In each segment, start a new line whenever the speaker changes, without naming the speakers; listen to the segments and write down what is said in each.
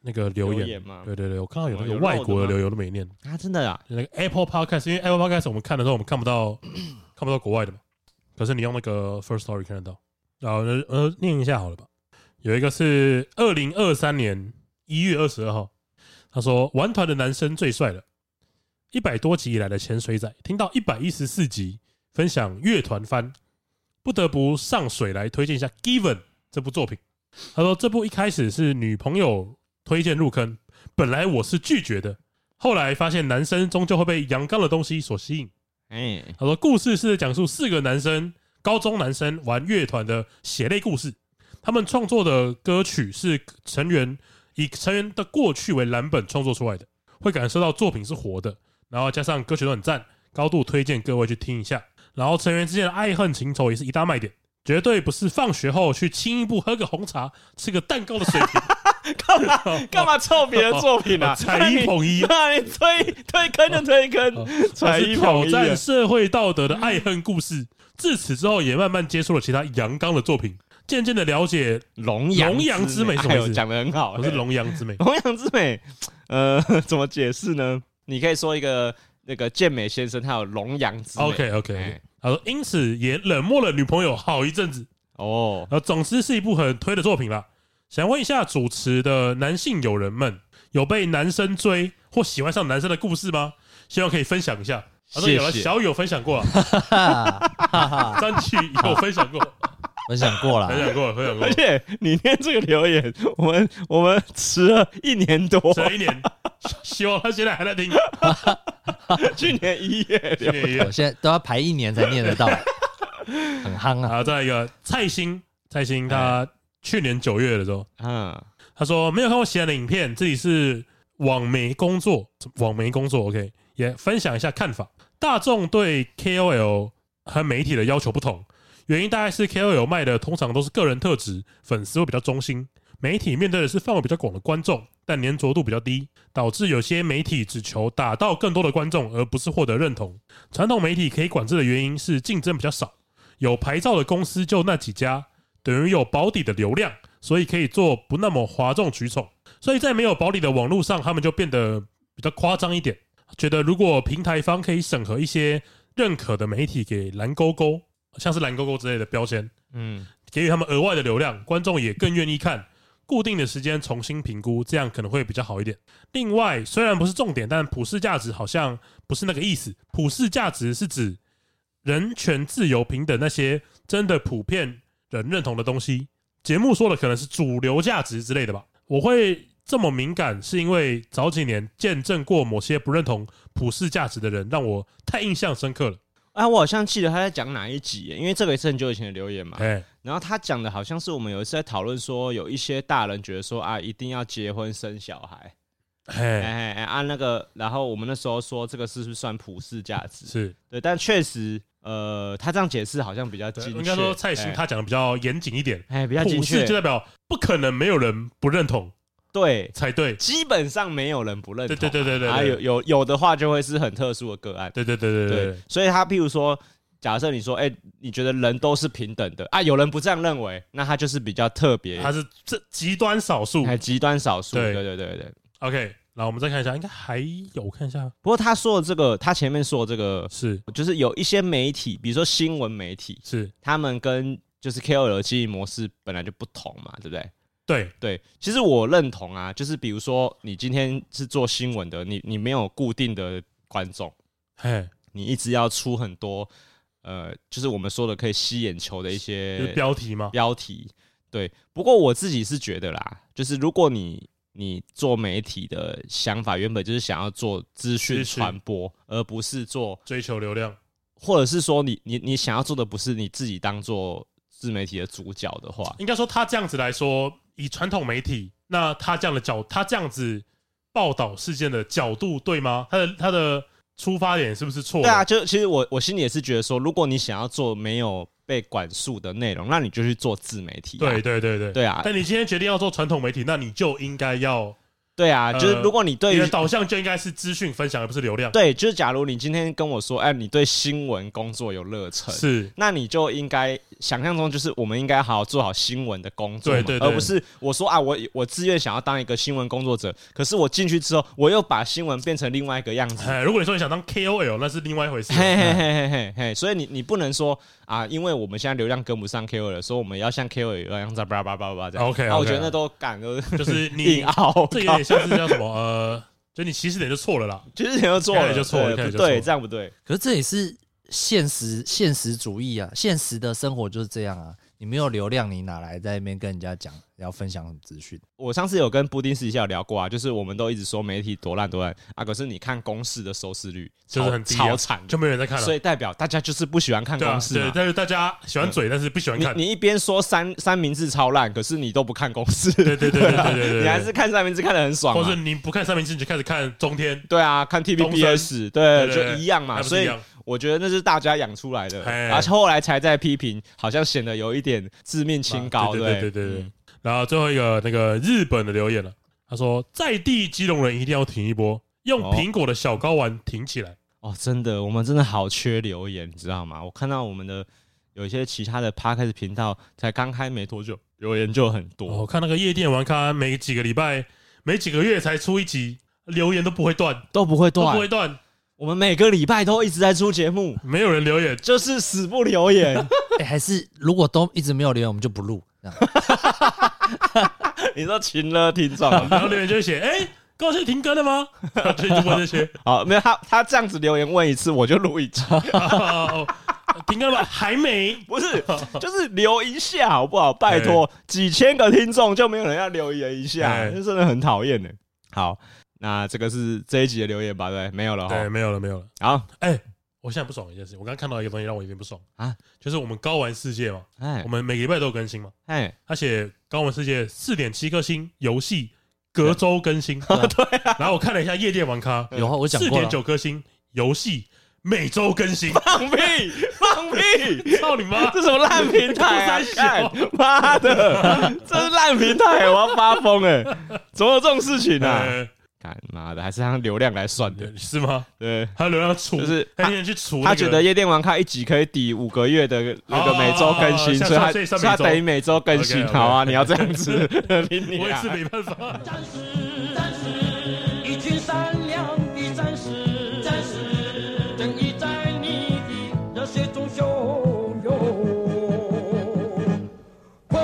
那个留言，
吗？
对对对，我看到有那
哦
个
有
外国
漏的
的
吗
留言我都没念，
啊，真的啊，
那个 Apple Podcast，因为 Apple Podcast 我们看的时候我们看不到看不到国外的嘛，可是你用那个 First Story 看得到。然后呢呃，念一下好了吧。有一个是二零二三年一月二十二号，他说玩团的男生最帅了，一百多集以来的潜水仔，听到一百一十四集分享乐团番，不得不上水来推荐一下《Given》这部作品。他说这部一开始是女朋友推荐入坑，本来我是拒绝的，后来发现男生终究会被阳刚的东西所吸引。
哎，
他说，故事是讲述四个男生，高中男生玩乐团的血泪故事。他们创作的歌曲是成员以成员的过去为蓝本创作出来的，会感受到作品是活的，然后加上歌曲都很赞，高度推荐各位去听一下。然后成员之间的爱恨情仇也是一大卖点，绝对不是放学后去轻一步喝个红茶、吃个蛋糕的水平。
干嘛干嘛臭别人作品 啊？
才艺捧一
那你推推坑就推
哦
坑，
才
才
是
艺捧
挑
一
战
啊。
社会道德的爱恨故事。自此之后，也慢慢接触了其他阳刚的作品，渐渐的了解
龙
龙
阳
阳之美什么
哎
意
呦
思
讲的很好，
我是
哎
龙阳之美。
龙阳之美，呃， 怎么解释呢？你可以说一个那个健美先生，他有龙阳之美。
OK OK，
哎
他说因此也冷漠了女朋友好一阵子。
哦，
呃，总之是一部很推的作品啦。想问一下主持的男性友人们，有被男生追或喜欢上男生的故事吗？希望可以分享一下。他说
谢
有了
谢
小友分享过了，啊
哈 哈哈，
张琪有分享过，
我想 过了
分，享过，分享 过
而。且你念这个留言，我们我们迟了一年多，
这一年，希望他现在还在听。
去年一月
去年一月
我现在都要排一年才念得 到，很夯啊！
然后再来一个蔡欣，蔡欣他去年九月的时候，
嗯，
他说没有看过喜兰的影片，自己是网媒工作，网媒工作 OK，也分享一下看法。大众对 KOL 和媒体的要求不同，原因大概是 KOL 卖的通常都是个人特质，粉丝会比较忠心；媒体面对的是范围比较广的观众，但粘着度比较低，导致有些媒体只求打到更多的观众，而不是获得认同。传统媒体可以管制的原因是竞争比较少，有牌照的公司就那几家，等于有保底的流量，所以可以做不那么哗众取宠。所以在没有保底的网络上，他们就变得比较夸张一点，觉得如果平台方可以审核一些认可的媒体给蓝勾勾，像是蓝勾勾之类的标签，
嗯，
给予他们额外的流量，观众也更愿意看。固定的时间重新评估，这样可能会比较好一点。另外，虽然不是重点，但普世价值好像不是那个意思。普世价值是指人权、自由、平等那些真的普遍人认同的东西。节目说的可能是主流价值之类的吧。我会这么敏感，是因为早几年见证过某些不认同普世价值的人，让我太印象深刻了。
啊，我好像记得他在讲哪一集耶，因为这个也是很久以前的留言嘛。
哎，
然后他讲的好像是我们有一次在讨论说，有一些大人觉得说啊，一定要结婚生小孩，哎
哎，
哎哎啊那个，然后我们那时候说这个是不是算普世价值？
是
对，但确实，呃，他这样解释好像比较
对
精确。
应该说蔡
哎
兴他讲的比较严谨一点。
哎哎比较精
普世
确
就，代表不可能没有人不认同
对，
才对。
基本上没有人不认
对
同。
对对对对，
啊，
对
有有有的话就会是很特殊的个案。
对对对对对
对
对，
所以他譬如说，假设你说，哎，你觉得人都是平等的啊，有人不这样认为，那他就是比较特别
对，，他是这极端少数。
还极端少数。
对
对对对对。
OK，然后我们再看一下，应该还有，我看一下
不过他说的这个，他前面说的这个，
是
就是有一些媒体，比如说新闻媒体，
是，
他们跟就是 KOL 的经营模式本来就不同嘛，对不对？
对
对，其实我认同啊，就是比如说你今天是做新闻的，你你没有固定的观众，
哎，
你一直要出很多，呃，就是我们说的可以吸眼球的
就
一
是
些
标题嘛，
标题。对，不过我自己是觉得啦，就是如果你你做媒体的想法原本就是想要做
资
资讯
讯
传播，而不是做，
追求流量。
或者是说你你你想要做的不是你自己当做自媒体的主角的话，
应该说他这样子来说，以传统媒体，那他这样的角，他这样子报道事件的角度对吗？他的他的出发点是不是错？
对啊，，就其实我我心里也是觉得说，如果你想要做没有被管束的内容，那你就去做自媒体啊、
对对对对
对啊，
但你今天决定要做传统媒体，那你就应该要
对啊，
呃
就是如果你对
你
于
的导向就应该是资讯分享，而不是流量。
对，就是假如你今天跟我说，哎，你对新闻工作有热忱，
是
那你就应该想象中就是我们应该好好做好新闻的工作嘛，
对对对
而不是我说啊，我我自愿想要当一个新闻工作者，可是我进去之后，我又把新闻变成另外一个样子。
哎，如果你说你想当 KOL，那是另外一回事。
嘿嘿嘿嘿嘿嘿，所以你你不能说啊，因为我们现在流量跟不上 KOL 了，所以我们要像 KOL 一样在叭叭叭叭这样。
OK，
啊，我
OK
觉得那都敢都是
就是
硬
你，
凹，
这有
靠
点像是叫什么呃，就你起始点就错了啦。
其实你 就错
一开
了，
始就错了
对
一开始
不
就错了
对，这样不对。
可是这也是现实现实主义啊，现实的生活就是这样啊。你没有流量，你哪来在那边跟人家讲要分享什么资讯？
我上次有跟布丁私底下有聊过啊，就是我们都一直说媒体多烂多烂啊，可是你看公视的收视率
就是很低啊
超超惨的，
就没有人在看了
所。以代表大家就是不喜欢看
对
公
啊，
视
对，
嘛。嗯
但是大家喜欢嘴，但是不喜欢看。
你你一边说三三明治超烂，可是你都不看公视，
对对对对对对对，
你还是看三明治看得很爽
或
嘛
是。你不看三明治，你就开始看中天，
对啊，看
东森
TVBS，
对
对，
对
就一样
还
嘛。
不
所
是一
以
样？
我觉得那是大家养出来的，
哎
而且后来才在批评，好像显得有一点自命清高，嗯
对
不
对对对对。然后最后一个那个日本的留言了，他说在地基隆人一定要停一波，用
哦
苹果的小睾丸挺起来。
哦，真的，我们真的好缺留言，你知道吗？我看到我们的有一些其他的 podcast 频道才刚开没多久，留言就很多。
我哦看那个夜店玩咖，每几个礼拜、每几个月才出一集，留言都不会断，
都不会
都不
断
会，断，
我们每个礼拜都一直在出节目，
没有人留言。
就是死不留 言。
哎、还是如果都一直没有留言，我们就不录。啊这样
你说勤了听 众，
然后留言就会 写：“哎，高兴停更了吗？”就一直问这些。
好，没有他，他这样子留言问一次，我就录一 集，
哦停更了吗？还没。
不是，就是留一下好不好？拜 托，几千个听众就没有人要留言一下，
哎
这真的很讨厌呢。好，那这个是这一集的留言吧？对，没有了
对，
哈。
没有了，没有了。
好，
我现在不爽的一件事情，我刚看到一个东西让我有点不爽
啊
啊，就是我们高玩世界嘛，
哎
我们每个礼拜都有更新嘛，
哎，
而且高玩世界四点七颗星游戏隔周更新，
对
对。然后我看了一下夜店玩咖，
有啊我讲
四
过
点
了，
九颗星游戏每周更新，
放 屁，放屁！
操你 妈！
这什么烂平台 啊！干妈 的，这是烂平台，我要发疯哎！怎么有这种事情 啊？
呃，
干妈的，还是按流量来算的。
是吗？
对，
他流量除，
就是
他
他
今天去除那个，
他觉得夜店王咖一集可以抵五个月的那个每周更新，
哦
所以他
所以
所
上
以他
每周
等于每周更新，
OK，OK
好啊！你要这样子，凭你
我也
啊
是！没办法，
战士，战士，一群善良的战士，战士，正义在你的热血中汹涌澎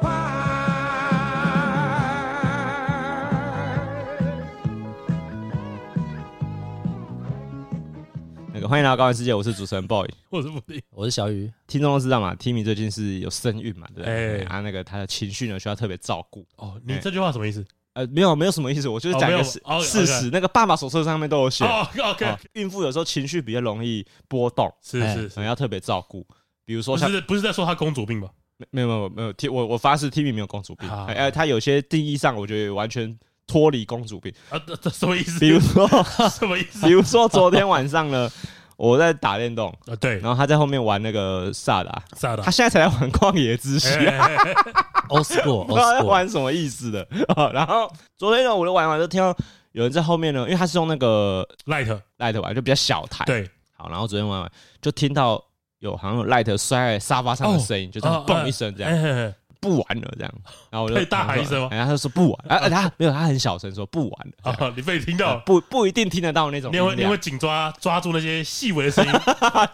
湃。
那个欢迎来到高玩世界，我是主持人 boy。
我是不定。
我是小鱼，
听众都知道嘛，Timmy 最近是有身孕嘛，对不对？
哎
啊，那个他的情绪呢需要特别照顾。
哦，你这句话什么意思？
呃，没有，没有什么意思，我就是
哦
讲一
没
个
有
事
哦
事实。那个爸爸手册上面都有写，
哦，OK，
哦孕妇有时候情绪比较容易波动，
是
哎
是
可
是，
能要特别照顾。比如说
不
像
是不是在说他公主病吧？
没有没有没有，T 我我发誓 Timmy 没有公主病，
好
哎哎，他有些定义上我觉得完全脱离公主病。
啊，这这什么意思？
比如 说
什么意思
比？如说昨天晚上呢，我在打电动，
啊，对，
然后他在后面玩那个萨达，
萨达
他，现在才在玩旷野之息，
啊哎哎哎
欧 school
不
欧
知道在
school，
玩什么意思的。哦 然后昨天呢，我就玩完就听到有人在后面呢，因为他是用那个
Light，
Light 玩，就比较小台。
对，
好，然后昨天玩完就听到有好像有 Light 摔在沙发上的声音，就这样
哦
嘣一声这
哎
样，
哎哎
不玩了这样。然后我就
可以大喊一声吗
然后他就说不玩，哎，哎他没有，他很小声说不玩了这样。
啊，你被听到，
不不一定听得到那种
你
音
会
量，
你会紧抓抓住那些细微的 声音，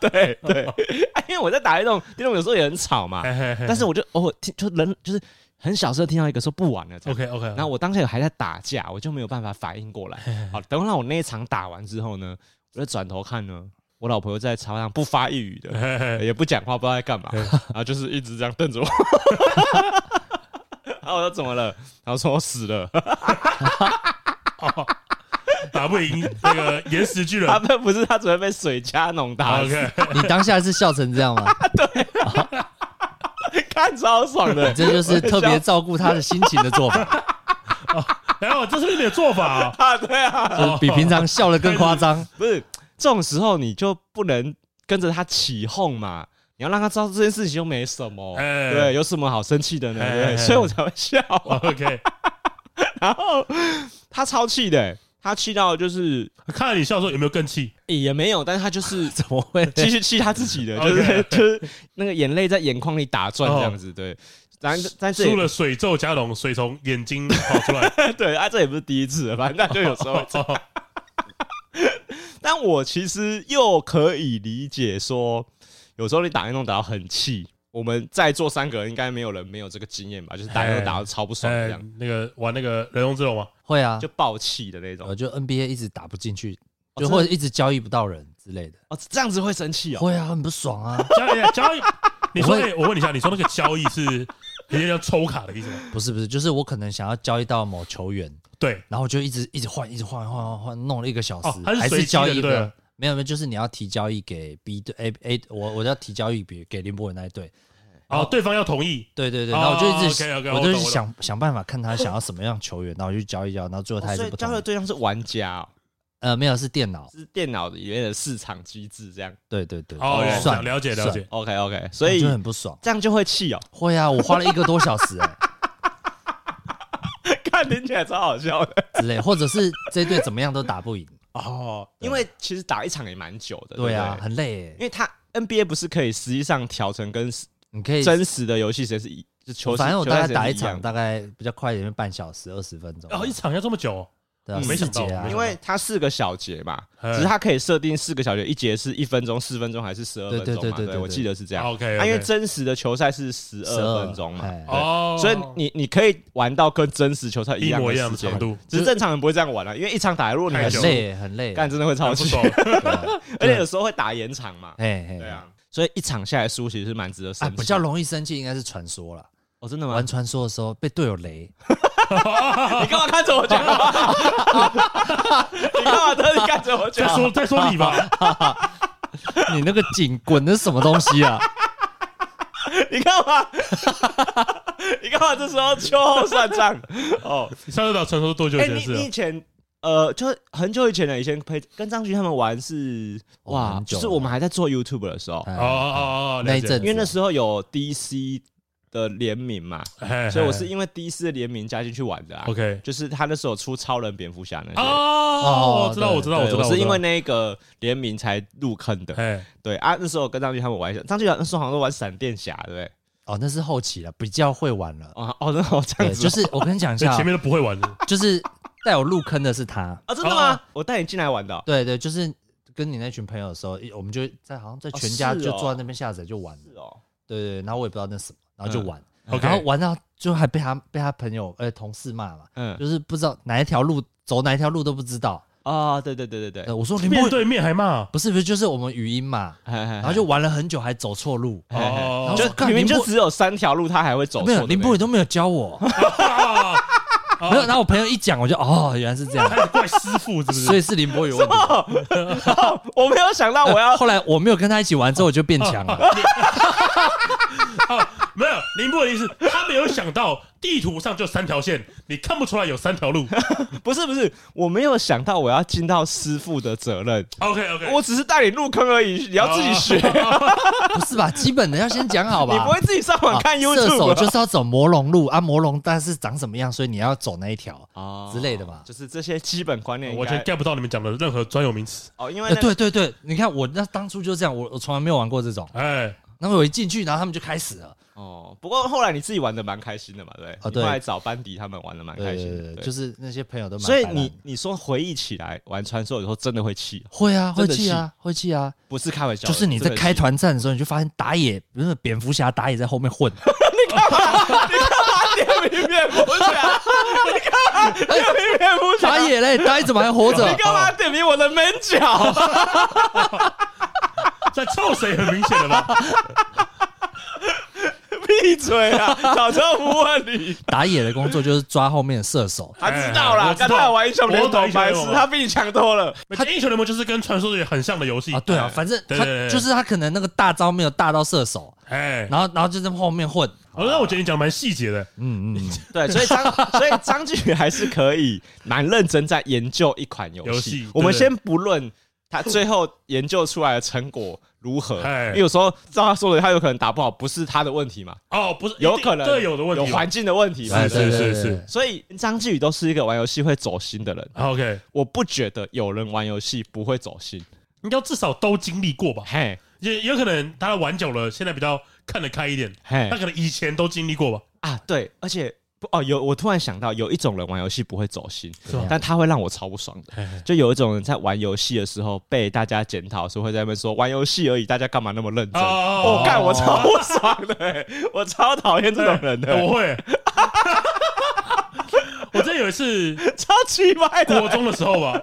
对对， 哎因为我在打电动，电动有时候也很吵嘛，但
但
是我就偶尔听，就人就是很小声地听到一个说不玩了这样。
OK OK，
然后我当下还在打架，我就没有办法反应过来。 好，等到我那一场打完之后呢，我就转头看呢，我老婆又在沙发上不发一语
哎
的，也不讲话，不知道在干嘛，然后就是一直这样 瞪着我。然后我说怎么了？然后说我死了，
打不赢那个岩石巨人
哎 他们不是他准备被水加农打死，
，OK，
你当下是笑成这样吗？
看超爽的
你。这就是特别照顾他的心情的做法，
然哎后这是你的做法啊，
啊，对啊，
就是比平常笑的更夸 张。
不是这种时候你就不能跟着他起哄嘛，你要让他知道这件事情又没什么，
哎
对，有什么好生气的呢？
哎
对不对
哎哎
所以我才会笑啊、
，OK，
然后他超气的、他气到就是、
看了你笑说有没有更气？
欸也没有，但是他 就是
怎么会？
继续气他自己的，就是
OK
就是那个眼泪在眼眶里打转这样子，对。然后但这
输
也
了水咒加龙，水从眼睛跑出 来。哎
对啊，这也不是第一次了，反正那就有时候。 但我其实又可以理解说，有时候你打电动打到很气，我们在座三个人应该没有人没有这个经验吧？就是打电动打到超不爽这
哎
样，，
那个玩那个人龙之龙吗？
会啊，
就爆气的那种
我。呃就 NBA 一直打不进去，
哦
就
真的
或者一直交易不到人之类的，
哦，这样子会生气哦。
会啊，很不爽啊。
交易交 易，你说
我会
哎我问你一下，你说那个交易是直接要抽卡的意思吗？
不是不是，就是我可能想要交易到某球员，
对，
然后就一直一直换，一直换换换换，弄了一个小时，
哦它是
还
随
是
机的
交易
就对啊了
的。没有没有，就是你要提交易给 B 队 A A，我我要提交易给给林博文那一队，
哦，对方要同意，
对对对，
哦
然后我就一直
OK，OK，
我
我
就
懂
是想想办法看他想要什么样的球员， 然后去交易掉，然后最后他
哦
还
所以
是不
交
同
流 的
意。
对象是玩家哦，
呃，没有是电脑，
是电脑里面的市场机制这样。
对对对，
哦，原来是这
算
样了解了
算
解。
OK OK，所以
就很不爽。
这样就会气 哦。
会啊，我花了一个多小时哎、
看听起来超好笑的
之类，或者是这队怎么样都打不赢。
哦，因为其实打一场也蛮久的。
对
不
啊，
对
很累、
因
欸。
为它 NBA 不是可以实际上调成跟
你可以，
真实的游戏时间是一，就球
哎反正我
球
大
赛
概
时间
打
是
一
样
场，
的，
大概比较快一点，就半小时二十分钟。
哦，一场要这么久哦，
对啊，
嗯
四
没想到
节啊
没想到
因为它四个小节嘛，
嗯
只是它可以设定四个小节，一节是一分钟、四分钟还是十二分钟嘛？
对对对对对
我记得是这样。
OK，
啊因为真实的球赛是十二
12
分钟嘛，
哎
对
哦，
所以你你可以玩到跟真实球赛
一
样
模一样
时
的
间
长， 度，
只是正常人不会这样玩了，啊因为一场打来，如果你
太
很
久
很
了
累欸，很累欸。
干，真的会超
很不
气，
爽。
对啊
而且有时候会打延长嘛。
嘿嘿，
对啊，所以一场下来输其实是蛮值得生
哎啊，
气。
比较容易生气应该是传说啦。
哦，真的吗
玩？传说的时候被队友雷，
你干嘛看着我讲 话？你干嘛特地看着我
再
讲话？
说再说你吧，
你那个警滚的是什么东西啊？
你干嘛？ 你干嘛这时候秋后算账？哦，
你上次打传说多久以
哎、
前的
你
事啊
你以
了？
前呃，就很久以前了，以前陪跟张局他们玩是
哦
哇，
很久
就
了
是我们还在做 YouTube 的时候，
哎
哦哦哦，
那一阵
因为那时候有 DC 的联名嘛，
候
所以我是因为 DC 的联名加进去玩的啊。
哎 OK
就是他那时候有出超人、蝙蝠侠那些。
哦，
哦
我知道，
对
我知
对
道，我知道，
是因为
知道
那个联名才入坑的，
哎，
对啊，那时候跟张局他们玩一下，张局那时候好像都玩闪电侠，对不对？
哦，那是后期了，比较会玩了。
哦哦，那我这样
对，
子哦，
就是我跟你讲一
所以
下
前
哦，
面都不会玩的，
就是带我入坑的是他。
啊，真的
哦
吗？我带你进来玩的哦，
对对，就是跟你那群朋友的时候，一我们就在好像在全家
是哦
就坐在那边下载就玩，
是哦，
对对，对然后我也不知道那是什么，然后就玩，
嗯 OK
然后玩到最后还被他被他朋友呃同事骂嘛，
嗯
就是不知道哪一条路走哪一条路都不知道。
啊，对对对对对
呃，，我说林
面
波
对面还骂
不是不是，就是我们语音嘛，
然
然后就玩了很久还走错路，
哦，
然后
就
干
明明
林
就
波
只有三条路，他还会走错
没
的那
有
个。
林波也都没有教我，
哦
啊
没有。然后我朋友一讲，我就哦原来是这 样，
开始怪师傅是不
所
是？
以是林波有问题。
哦，我没有想到我要
后来我没有跟他一起玩之后，我就变强了。
哦，没有，林波的意思，他没有想到地图上就三条线，你看不出来有三条路。
不是不是，我没有想到我要尽到师傅的责任，
OK OK，
我只是带你入坑而已，你要自己学，
不是吧？基本的要先讲哦好吧。
你不会自己上网看
啊射手
YouTube
就
吧
是要走魔龙路啊，魔龙但是长什么样，所以你要走那一条。
哦
之类的吧
就是这些基本观念应该。
我全 get 不到你们讲的任何专有名词。
哦，因为
呃，
那
对对对，你看我那当初就这样，我我从来没有玩过这种。
哎，
那么我一进去，然后他们就开始了。
哦，不过后来你自己玩的蛮开心的嘛，对不对？
哦
你
对
后来找班迪他们玩的蛮开
对
心的，
对对
对
对，呃就是那些朋友都蛮
所以
摆烂的
你你说回忆起来玩传说有时候真的会气，
会啊，
真
会
的
气啊，会气啊。
不是开玩笑
就
的，
是你在
真的
开
气，
团战的时候，你就发现打野不是蝙蝠侠，打野在后 面混，
你明面不啊 侠，你干嘛？你面不
打
侠，
野嘞，打野怎么还活
你
着？哦
干嘛点名我的门脚？
在臭谁很明显的吧？
闭嘴啊！早就不问 你，
打野的工作就是抓后面的射手。
他知道啦
我，知道
刚才玩英雄联
我懂
盟
英雄
白
联
痴
盟，
他比你强多了。
他英雄联盟就是跟传说也很像的游戏
啊，对
哎
啊，反正
对
他
对对对
就是他可能那个大招没有大到射手，
哎，
然后然后就在后面混，
哦，那我觉得你讲得蛮细节的。
嗯嗯嗯，
对，所以张所以张俊宇还是可以蛮认真在研究一款游
游戏
戏
对。
我们先不论他最后研究出来的成果如何。
哎
因为有时候照他说的，他有可能打不好，不是他的问题嘛，
哦，不是，
有
一定
可能
这有的问题啊
有
吧，
环境的问题嘛。
是
对
对
是是
对对
是
对
是
对
所以张继宇都是一个玩游戏会走心的人，
啊，OK，
我不觉得有人玩游戏不会走心。
应该至少都经历过吧，
嘿，
也有可能他玩久了，现在比较看得开一点，
嘿
他，可能以前都经历过吧，
啊，对，而且不哦，有我突然想到，有一种人玩游戏不会走心，
是吧
哦但他会让我超不爽的。
啊嘿嘿
就有一种人在玩游戏的时候被大家检讨，说会在那边说玩游戏而已，大家干嘛那么认真？
哦
哦，干我超不爽的、 欸我超讨厌这种人的、
哎我会。 我真有一次
超奇怪的、
国中的时候吧，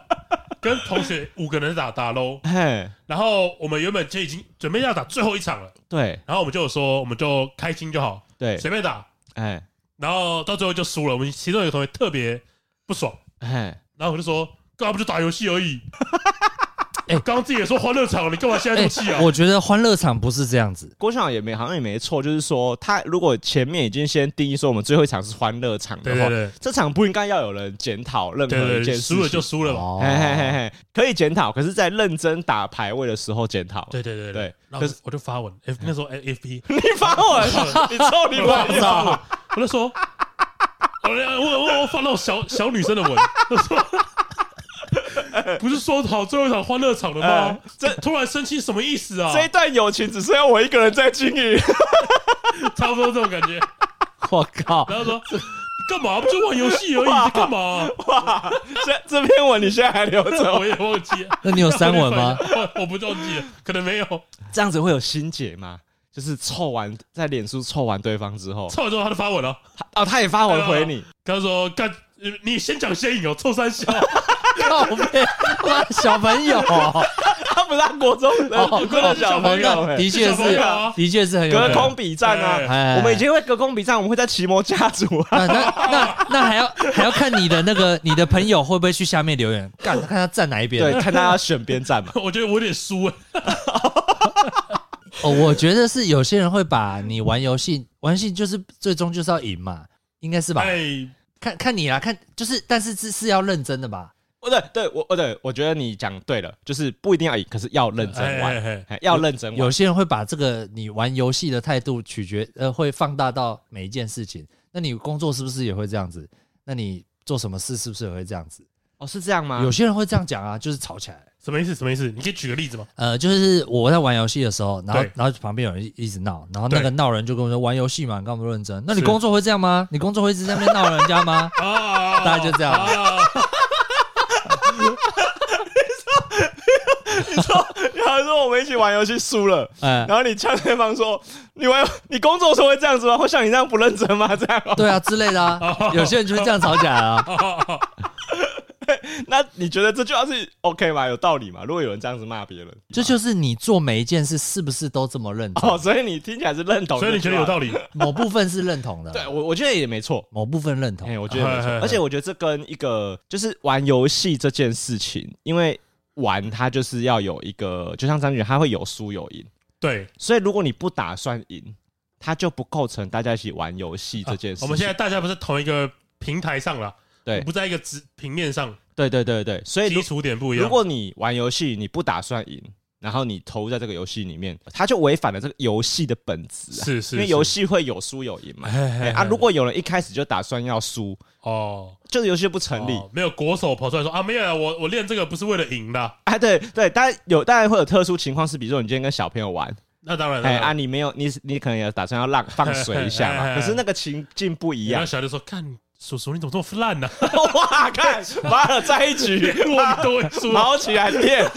跟同学五个人打打 LO，
嘿，
然后我们原本就已经准备要打最后一场了，
对
然后我们就有说我们就开心就好，
对，
随便打，
哎
然后到最后就输了。我们其中有个同学特别不爽，
哎，
然后我就说干嘛不就打游戏而 已？哎，刚刚自己也说欢乐场，你干嘛现在
哎
怒气啊？
我觉得欢乐场不是这样子，
郭校长也没好像也没错，就是说他如果前面已经先定义说我们最后一场是欢乐场的
对
话，
对对
这场不应该要有人检讨任
对
何
对
一件
对，
事
输了就
情。
输了嘛。
哦
嘿嘿嘿嘿，可以检讨，可是，在认真打排位的时候检讨。
对对对
对
然后
可是
我就发文，F 那时候 F B
你发我，你臭 你妈！
我操！我就说，我我我我放那种小小女生的 文，我说，不是说好最后一场欢乐场了吗
哎？
呃这突然生气什么意思啊？
这一段友情只剩下我一个人在经营。
差不多这种感觉。
我靠，
然后说，干嘛不就玩游戏而已？你干嘛？
哇，这这篇文你现在还留着
我？也忘记了。
那你有删文吗？？
我不忘记了，可能没有。
这样子会有心结吗？就是凑完在脸书凑完对方之后，
凑完之后他就发文了，
哦，他也发文回你，
他说干。呃你先讲先赢哦，臭三 小，
靠背，哇， 小朋友，
他不是他国中的
哦
国中的小朋友欸，
的确
小朋
是
友啊，
的确是很有
隔
可能。
空比战啊。
哎
哎
我们以前会隔空比战，我们会在奇摩家族啊。
那那那那还要还要看你的那个你的朋友会不会去下面留言，干看他站哪一边。
对，看大家选边站嘛。
我觉得我有点输哎，
哦，我觉得是有些人会把你玩游戏，玩游戏就是最终就是要赢嘛，应该是吧？
哎，
看看你啦，看就是，但是这是要认真的吧？
哦，对，对我，哦，对，我觉得你讲对了，就是不一定要赢，可是要认真玩，
哎哎哎
哎要认真玩。
有些人会把这个你玩游戏的态度取决，呃，会放大到每一件事情。那你工作是不是也会这样子？那你做什么事是不是也会这样子？
哦，是这样吗？
有些人会这样讲啊，就是吵起来。
什么意思？什么意思？你可以举个例子吗？
呃，就是我在玩游戏的时候，然后
嗯
对
然后旁边有人一一直闹，然后那
对
个闹人就跟我说：“玩游戏嘛，你干嘛不认真？那你
是？”
工作会这样吗？你工作会一直在那边闹人 家吗
啊，
大概就这样
啊
然后说我们一起玩游戏输了，
哎、
然后你呛对方说你玩你工作的时候会这样子吗？会像你这样不认真吗？这 样、哦，
对啊之类 的啊，有些人就会这样吵起来啊。
那你觉得这句话是 OK 吗？有道理吗？如果有人这样子骂别人，
这就是你做每一件事是不是都这么认同？
哦， 所以你听起来是认同，
所以你觉得有
理？
道理？
某部分是认同的，
对我，我觉得也没错。
某部分认
哎、
同。
我觉得没错
嘿嘿嘿，
而且我觉得这跟一个就是玩游戏这件事情，因为玩它就是要有一个，就像张宇，他会有输有赢，
对，
所以如果你不打算赢，它就不构成大家一起玩游戏这件事情、
我们现在大家不是同一个平台上了，
对
不在一个直平面上，
对对对对，所以如
基础点不一样。
如果你玩游戏你不打算赢，然后你投入在这个游戏里面，它就违反了这个游戏的本质啊。
是是，
因为游戏会有输有赢嘛。
是嘿嘿
哎
嘿
啊，如果有人一开始就打算要输，
哦
这个游戏就不成立。
哦没有国手跑出来说啊，没有啊，我我练这个不是为了赢的，
哎，对对，当然有，当然会有特殊情况是，比如说你今天跟小朋友玩，
那当然，
哎
那当
啊，
然
你没有你你可能也打算要让放水一 下
哎哎哎
嘛，可是那个情境不一
然后
样。
小孩就说，看叔叔你怎么这么烂呢？
哇，看妈的 这一局，
我都会输，
毛起来练。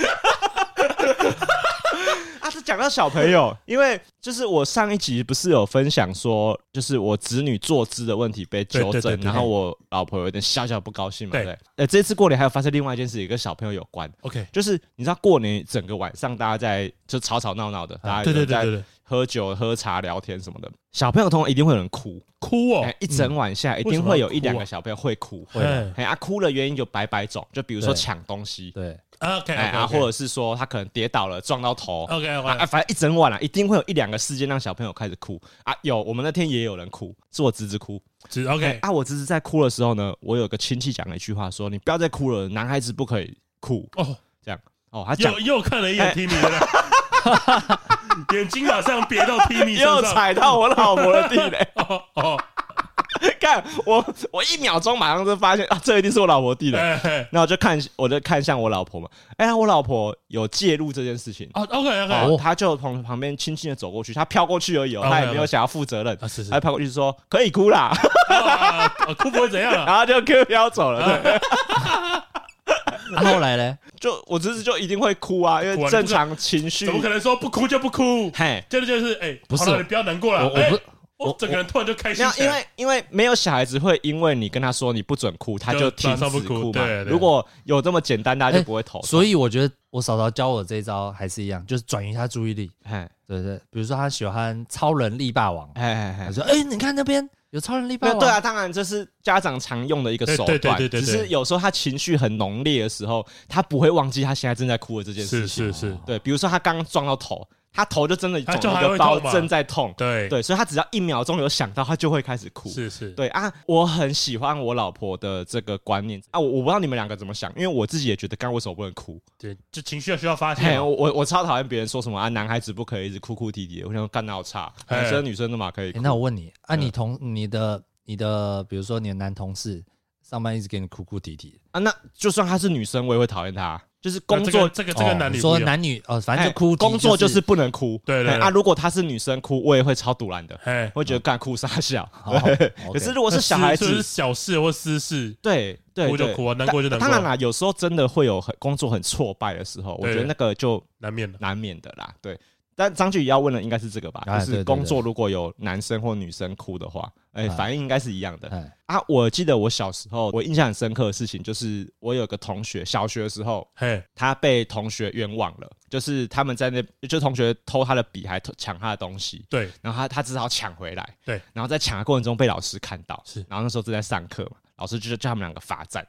啊，是讲到小朋友，因为就是我上一集不是有分享说，就是我子女坐姿的问题被纠
对对对
正，
对
然后我老婆有点小小不高兴嘛，
对
对不对。呃，这次过年还有发生另外一件事，也跟小朋友有关，
OK，
就是你知道过年整个晚上大家在就吵吵闹闹的，大家
啊对对
有
对对
在
对，
喝酒、喝茶、聊天什么的，小朋友通常一定会有人哭，
哭哦
哎，一整晚下来一
为什
定
么要
会有一
哭
两
啊
个小朋友会哭。
会的
哎
哎啊，哭的原因有百百种，就比如说
对
抢东西，
对，
，OK，
哎啊，或者是说他可能跌倒了撞到头。
OK
啊，啊
OK，
反正一整晚啊，一定会有一两个事件让小朋友开始哭啊。有，我们那天也有人哭，是我侄子哭。
只
哎
OK，
啊，我侄子在哭的时候呢，我有个亲戚讲了一句话，说：“你不要再哭了，男孩子不可以哭。
哦，”
哦，他讲
又又看了一眼
哎
Timmy 的脸眼睛马上别到 Timmy
又
身上。
踩到我老婆的地雷，
哦哦，
看我我一秒钟马上就发现啊，这一定是我老婆的地雷。
哎哎
那我就看我就看向我老婆嘛，哎、呀，我老婆有介入这件事情，
哦，OK
然
OK，
后她就从旁边轻轻的走过去，她飘过去而已、哦，
OK，
她也没有想要负责任，
啊是是
她，飘过去说可以哭啦，
啊啊哭不会怎样啊？
然后就 Q 飘走了。
嗯
对，
啊后 来嘞，
就我侄子就一定会哭啊，因
果然不是
为正常情绪
怎，么可能说不哭就不哭？
嘿，
真的就是哎，
不是
好了，你不要难过
我
了。
我
哎
不
我整个人突然就开
没
心啊
有，
起
因
来。
为因为没有小孩子会因为你跟他说你不准哭，他
就
就停
马上不
止
哭
哭嘛
对。对
如果有这么简单，大家就
哎
不会投。
所以我觉得我嫂嫂教我这一招还是一样，就是转移她注意力。
嘿，
对对，比如说她喜欢超人力霸王，
嘿嘿嘿
她说：“哎，你看那边有超人力霸
那
王。”
对啊，当然这是家长常用的一个手
对
段，
对对对对对
只是有时候他情绪很浓烈的时候，他不会忘记他现在正在哭的这件事
是
情。
是是，
对，比如说他刚刚撞到头，他头就真的
他
肿
就
了
还
一
会
个包
痛，嘛
正在痛。
对
对，所以他只要一秒钟有想到，他就会开始哭。
是是，
对啊，我很喜欢我老婆的这个观念啊，我我不知道你们两个怎么想，因为我自己也觉得，刚刚为什么不能 哭？
对，就情绪需要发泄
嘿，
嘛。
我我我超讨厌别人说什么啊，男孩子不可以一直哭哭啼啼的，我想说干那 好差，
哎
男生女生的嘛可以
哎
哭。
那我问你啊，
嗯
你同你的你的，比如说你的男同事上班一直给你哭哭啼啼，
啊，那就算她是女生，我也会讨厌她。就是
那
工作
这个这个这个
哦
男女
你
不
说
一样，
男女哦，反正
哎
就哭啼
工作
就
就是 不能哭。
对对
哎
对
啊，如果她是女生哭，我也会超堵然的，
哎，
会觉得干哭傻笑。
好
对
OK
可是如果是小孩
那是是
子，
小事或私事，
对对
哭就
对
哭啊，难过就难过，
当然啦，有时候真的会有很工作很挫败的时候，我
对
觉得那个就
难免的。
难免的啦。对，但张俊也要问的应该是这个吧，
哎
就
对
是
对
工作如果有男生或女生哭的话，哎，
哎
反应应该是一样的。
哎
啊，我记得我小时候，我印象很深刻的事情就是，我有个同学，小学的时候，
嘿，
他被同学冤枉了，就是他们在那，就同学偷他的笔，还偷抢他的东西，
对，
然后他他只好抢回来，
对，
然后在抢的过程中被老师看到，
是
然后那时候正在上课嘛，老师就叫他们两个罚站，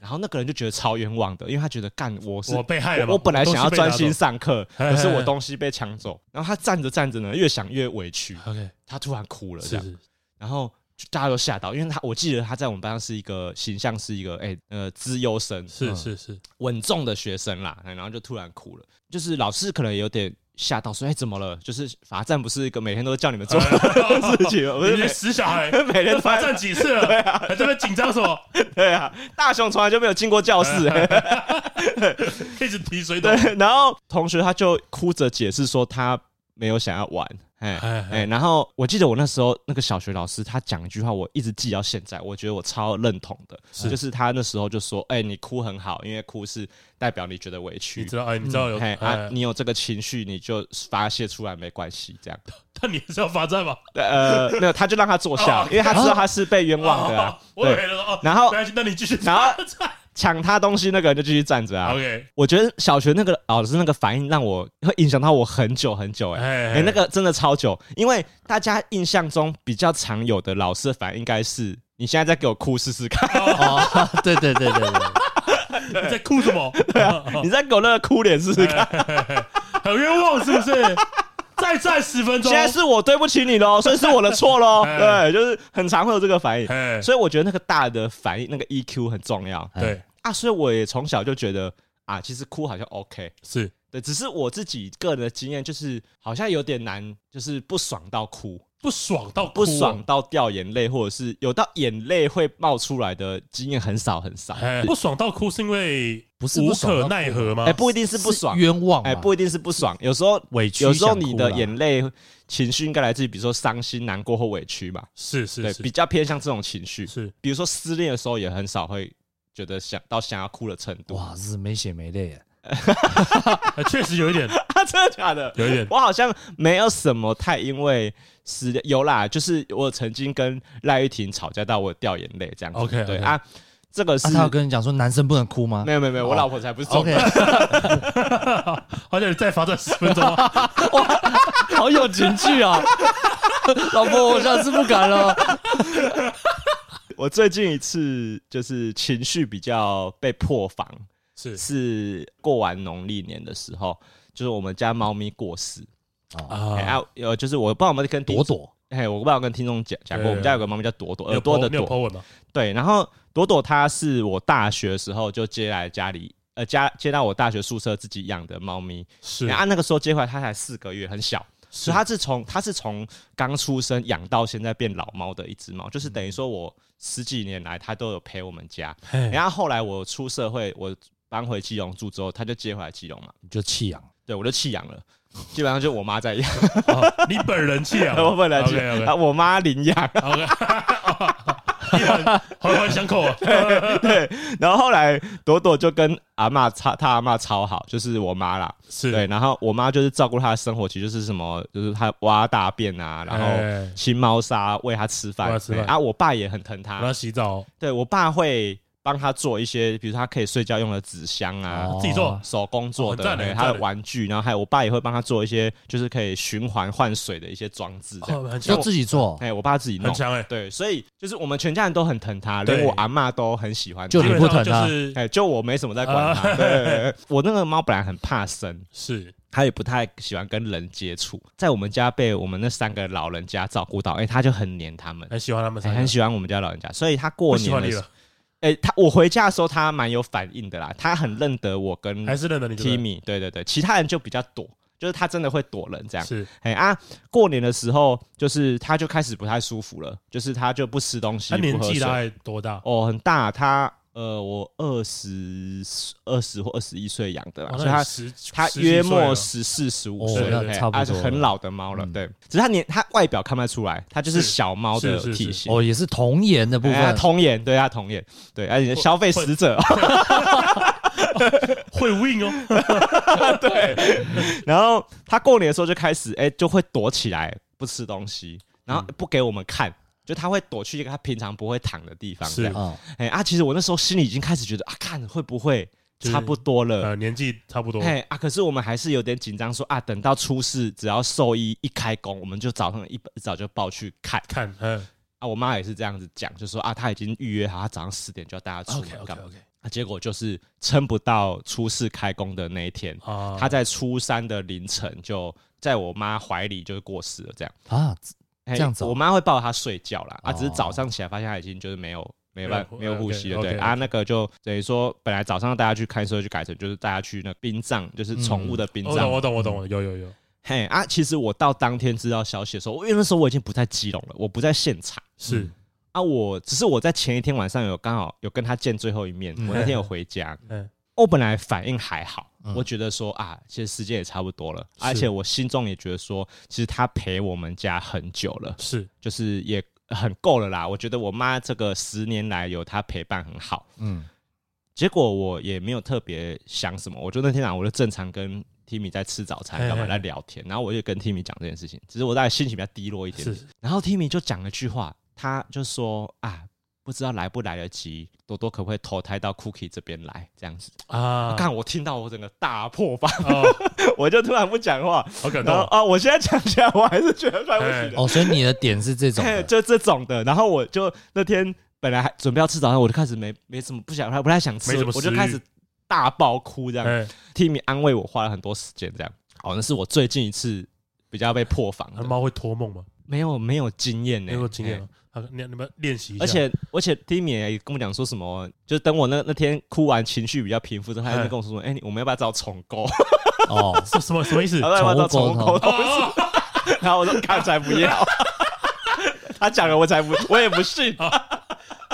然后那个人就觉得超冤枉的，因为他觉得干我是
我被害了嘛
我，我本来想要专心
东西
上课，
嘿嘿嘿
可是我东西被抢走，然后他站着站着呢，越想越委屈
被，拿走 OK，
他突然哭了，这
是
样，
是，
然后就大家都吓到，因为他我记得他在我们班上是一个形象是一个哎、呃资优生，
是
嗯
是是，
稳重的学生啦，哎然后就突然哭了，就是老师可能有点吓到，说：“哎，怎么了？就是罚站不是一个每天都叫你们做的事情 吗，不哎
你这
是每
死小孩，
每天
这
都
罚
罚
站
站？
几次了？对啊，还这边紧张什么？
对啊，大雄从来就没有进过教室、哎
一直提水桶。
对，然后同学他就哭着解释说他没有想要玩，哎
哎哎
哎，然后我记得我那时候那个小学老师他讲一句话，我一直记到现在，我觉得我超认同的，
是
就是他那时候就说：“哎，你哭很好，因为哭是代表你觉得委屈
你。”知道哎，你知道有
嘿
哎，
啊，你有这个情绪，你就发泄出来没关系， 这样。
但你还是要罚站吧？
呃，没有，他就让他坐下
哦，
因为他知道他是被冤枉的啊
哦。我以为
对，
了哦，
然后
没关系那你继续
然后
罚站。
抢他东西那个人就继续站着啊。
OK，
我觉得小学那个老师那个反应让我会影响到我很久很久，哎
哎
哎，那个真的超久，因为大家印象中比较常有的老师的反应应该是你现在在给我哭试试看，
哦， 对对对对对，
你在哭什 么？哦
你在给我那个哭脸试试
哎
看，
很冤枉是不是？再站十分钟
现，在是我对不起你喽，所以是我的错喽，
哎
对，就是很常会有这个反应，
哎，
所以我觉得那个大的反应那个 EQ 很重要。
哎
对，
啊，所以我也从小就觉得啊，其实哭好像 OK，
是
对，只是我自己个人的经验就是好像有点难，就是不爽到哭，
不爽到哭啊
不爽，到掉眼泪，或者是有到眼泪会冒出来的经验很少很少，
哎，不爽到哭是因为
不是
无
不爽到
可
哭
奈何吗
哎，？不一定是不爽
是，冤枉嘛，啊
哎，不一定是不爽，有时候
委屈
有时候
想哭
你的
啦
眼泪情绪应该来自于比如说伤心、难过或委屈嘛，
是是
对，
是
比较偏向这种情绪，
是，
比如说失恋的时候也很少会觉得想到想要哭的程度，
哇，是没血没泪耶，
哎确实有一点，
啊，真的假的？
有一 点。
我好像没有什么太因为失恋有啦，就是我曾经跟赖玉婷吵架到我掉眼泪这样子。
OK，
对
OK
啊，这个是、
啊，他有跟你哦讲说男生不能哭吗
没有没有没有，我老婆才不是重
？OK，
点。
好像你再罚站十分钟啊，
好有情趣啊！老婆，我下次不敢了。
我最近一次就是情绪比较被破防，
是
是过完农历年的时候，就是我们家猫咪过世。哎
啊，
啊，呃，就是我不知道我们跟听
朵，朵，
哎，我不知道有没有跟听众讲讲过，
对
我们家有个猫咪叫朵朵，
你有
耳朵
po-
的
你有 po
朵。
文吗？
对，然后朵朵她是我大学的时候就接来家里呃家接到我大学宿舍自己养的猫咪，
是
然后啊那个时候接回来它才四个月，很小，所以它是从它是从刚出生养到现在变老猫的一只猫，就是等于说我十几年来它都有陪我们家。
嘿
然后后来我出社会，我搬回基隆住之后，它就接回来基隆嘛，
你就弃养。
对我就弃养了，基本上就我妈在养，，
哦你本人弃养
我本来就
OK
啊
OK
我妈领养。
OK，一人环环相扣啊，
对，然后后来朵朵就跟阿嬷超，她阿嬷超好，就是我妈啦，
是
对，然后我妈就是照顾她的生活，其实就是什么，就是她挖大便啊，然
哎
后清猫砂，喂她吃
喂
饭
她，吃饭
啊，我爸也很疼
帮
她
他，洗澡，
对我爸会帮她做一些，比如说她可以睡觉用的纸箱啊。
哦
自己做
手工做
哦很
的，
赞欸
对
很
她的
赞欸
玩具，然后还有我爸也会帮她做一些，就是可以循环换水的一些装置这样。
哦很强
要自己做，
哎，我爸自己弄
很，强哎，
对，所以就是我们全家人都很疼她，
对
连我阿嬷都很喜欢她。
就
基
你
本
不
上
疼啊
就是
哎、就我没什么在管
啊
它。对对对对 我那个猫本来很怕生，
是
它也不太喜欢跟人接触，在我们家被我们那三个老人家照顾到，哎、它就很黏他们，
很喜欢他们
哎、
三个，
很喜欢我们家老人家，所以它过
嗯不喜
年
欢你
的时候
了，，
哎、它我回家的时候它蛮有反应的啦，它很认得我跟
还是认得你就对了
Timmy，对对对，其他人就比较躲。就是它真的会躲人这样，
是
哎、啊，过年的时候就是它就开始不太舒服了，就是它就不吃东西，
他年
不喝
纪
水
大概多大？
哦，很大，他呃，我二十二十或二十一岁养的啦，
哦
所以
那
他
你十
他
十几
约
岁
莫
了
十四十五
哦
岁，
那
嘿啊
差不
它是
多
很
了
老的猫了，对。只是它年它外表看不出来，它就是
嗯是
小猫的
是是
体
是
型。
哦，也是童颜的部
哎它
分，
童颜，对它童颜，对，而且消费
会
死者。
会 win 哦，
然后它过年的时候就开始，哎，就会躲起来不吃东西，然后
嗯
不给我们看，就它会躲去一个它平常不会躺的地方。
是
这样，
啊，
哎啊，其实我那时候心里已经开始觉得啊，看会不会
就是
差不多了，
呃，年纪差不多，
嘿啊，可是我们还是有点紧张，说啊，等到出事，只要兽医一开工，我们就早上一一早就报去看
看，嗯
啊。我妈也是这样子讲，就说啊，她已经预约好，她早上十点就要带她出门
，OK
干嘛
OK OK，
啊，结果就是撑不到出事开工的那一天，
啊，
她在初三的凌晨就在我妈怀里就过世了，这样。
啊，
嘿
这样子哦
我妈会抱她睡觉啦，啊，只是
哦
早上起来发现她已经就是没有。没有办
没有
没有呼吸了，对
OK，OK，
啊，那个就等于说，本来早上带她去看兽医，就改成就是带她去那殡葬，就是宠物的殡
我
葬
懂，哦我懂我
嗯
懂，有有有，
嘿啊，其实我到当天知道消息的时候，因为那时候我已经不在基隆了，我不在现场
是
啊，我只是我在前一天晚上有刚好有跟他见最后一面，
嗯
我那天有回家，
嗯
我本来反应还好，
嗯
我觉得说啊，其实时间也差不多了，
是
而且我心中也觉得说，其实他陪我们家很久了，
是
就是也很够了啦。我觉得我妈这个十年来有她陪伴很好，
嗯，
结果我也没有特别想什么，我就那天晚上我就正常跟 Timmy 在吃早餐，
嘿嘿
干嘛在聊天，然后我就跟 Timmy 讲这件事情，只是我大概心情比较低落一点点
是
然后 Timmy 就讲了一句话，他就说啊，不知道来不来得及，多多可不可以投胎到 Cookie 这边来这样子？
啊，
看、我听到我整个大破防，
哦，
我就突然不讲话，
好感
然后
动，
啊，我现在讲起来我还是觉得怪不起的。
哦，所以你的点是这种
嘿，
的，
就这种的。然后我就那天本来还准备要吃早餐，我就开始没没什么不想不太想吃
没什么，
我
食
就
欲
开始大爆哭这样。
哎，
Timmy 安慰我，花了很多时间这样。哦，那是我最近一次比较被破防
那
的，
猫会托梦吗？
没有没有经验呢、欸
没有经验啊
嘿
吗？好你你们练习一下，
而且而且，Timmy 也跟我讲说什么，就是等我那那天哭完情绪比较平复之后，他还在
嘿
跟我说说，哎、你我们要不要找 宠沟？
哦，
是什么什么 意思？
然后要不要找宠
宠物
物
沟
沟通？ 然后我说，看才不要，他讲了我才不，我也不信。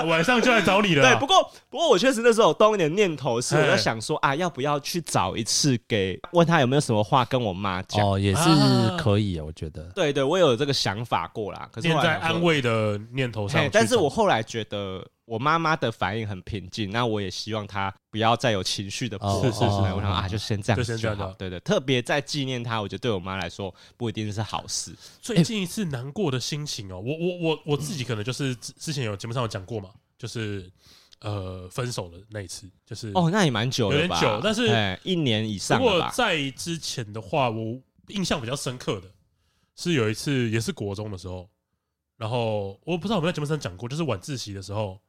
晚上就来找你了啊，
对，不过不过我确实那时候有动一点念头，是我
嘿
在想说啊，要不要去找一次给问他有没有什么话跟我妈讲？
哦，也
啊
是可以，我觉得，
对对，我有这个想法过啦。可是
念
后来
在
想说
安慰的念头
嘿
上，
但是我后来觉得我妈妈的反应很平静，那我也希望她不要再有情绪的波
哦
动。
是是是
我想啊，就先这样
就
子
先这
就
样
好
就。好
对对，特别在纪念她，我觉得对我妈来说不一定是好事。
最近一次难过的心情哦，我我我我自己可能就是之之前有节目上有讲过嘛，就是呃分手的那一次，就是
哦，那也蛮久了吧？
有点久但是
哎一年以
如
上了
果
吧？
在之前的话，我印象比较深刻的是有一次也是国中的时候，然后我不知道我们在节目上讲过，就是晚自习的时候，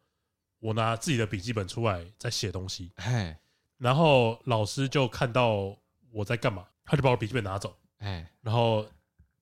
我拿自己的笔记本出来在写东西，
哎
然后老师就看到我在干嘛，他就把我笔记本拿走，
哎
然后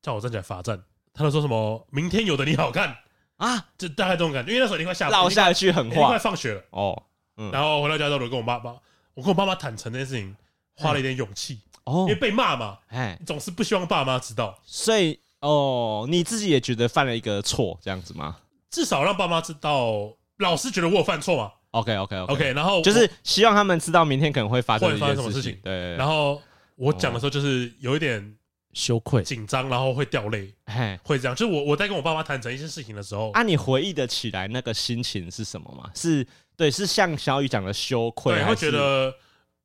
叫我站起来罚站，他就说什么“明天有的你好看
啊，”，
就大概这种感觉，因为那时候已经快下
落
已经快
下一句狠
已经
话
快放学了，
哦，嗯
然后回到家之后，我跟我爸爸，我我跟我爸妈坦诚这件事情，花了一点勇气，因
哦
为，被骂嘛，
哎，
总是不希望爸妈知道，
所以哦，你自己也觉得犯了一个错，这样子吗
至少让爸妈知道，老师觉得我有犯错嘛。
？OK OK
OK，然后
就是希望他们知道明天可能会发生
会
一
发
件
生什么
事
事情
对对，
我然
后
后我讲的时候就是有一点
羞愧，
紧张，然后会掉泪，
哎，
会这样。就是我我在跟我爸妈坦诚一些事情的时候，
啊，你回忆得起来那个心情是什么吗？是对，是像小雨讲的羞愧，
对，
还
会
是
觉得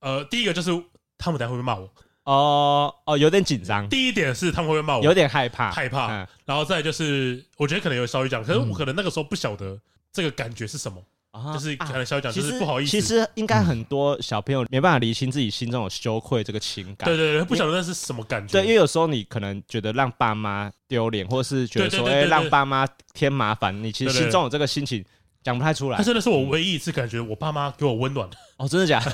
呃，第一个就是他们等下会不会骂我，
哦哦，有点紧张，
第一点是他们会不会骂我，
有点害怕，
害怕
嗯
然后再就是，我觉得可能有稍微讲，可是我可能那个时候不晓得这个感觉是什么，
啊
就是可
啊
能稍微讲，就
其
是
实
不好意思，
其实应该很多小朋友没办法理清自己心中有羞愧这个情感，
对对对，不晓得那是什么感觉，
对，因为有时候你可能觉得让爸妈丢脸，或是觉得
对对
说，
对
哎，
对对
让爸妈添麻烦，你其实
对对
心中有这个心情，讲不太出来
他。真的是我唯一一次感觉我爸妈给我温暖。
哦，真的假的？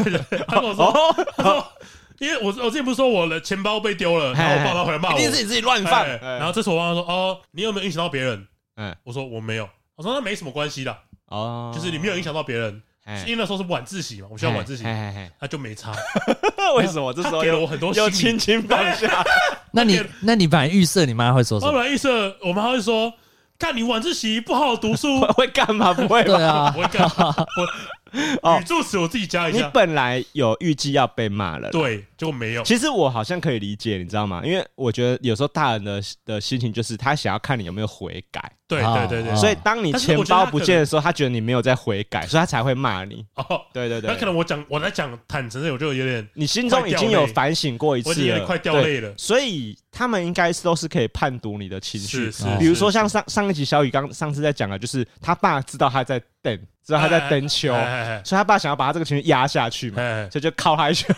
他跟我说，
哦，
他说因为我我之前不是说我的钱包被丢了，然后我爸妈回来骂
一
我，
定是你自己乱
哎
放。
哎
然后这次我爸妈说，哦，你有没有影响到别人？
嗯，
我说我没有。我说那没什么关系的，
哦，
就是你没有影响到别人，
哎，
因为那时候是晚自习嘛，我需要晚自习，
哎哎哎
他就没差。
哎为什么这时
他
候
给了
又
我很多心理
又
哎
轻轻放下？
那你那你本来预设你妈会说什
我
么？
本来预设我妈会说，看你晚自习不好好读书，
会会干嘛？不会
对
吧？
我
啊，
会干嘛，我
哦
语助词我自己加一
你
下，
本来有预计要被骂了啦，
对，结果 没有，
其实我好像可以理解，你知道吗？因为我觉得有时候大人的的心情就是他想要看你有没有悔改，
对
啊
对对对
啊，
哦所以当你
但是
钱
我觉得
包
他
不
可
见
能
的时候，他觉得你没有在悔改，所以他才会骂你。
哦，
对对对，
那可能我讲我在讲坦诚的，我就有点
你心中已经有反省过一
我已经
次
有
了，
点快掉泪了
对，所以他们应该是都是可以判读你的情绪
是。是
哦，
是
比如说像上上一集小雨刚上次在讲的，就是他爸知道他在等，知道他在等球，
哎哎哎
所以他爸想要把他这个情绪压下去嘛，
哎
所以就靠他一拳。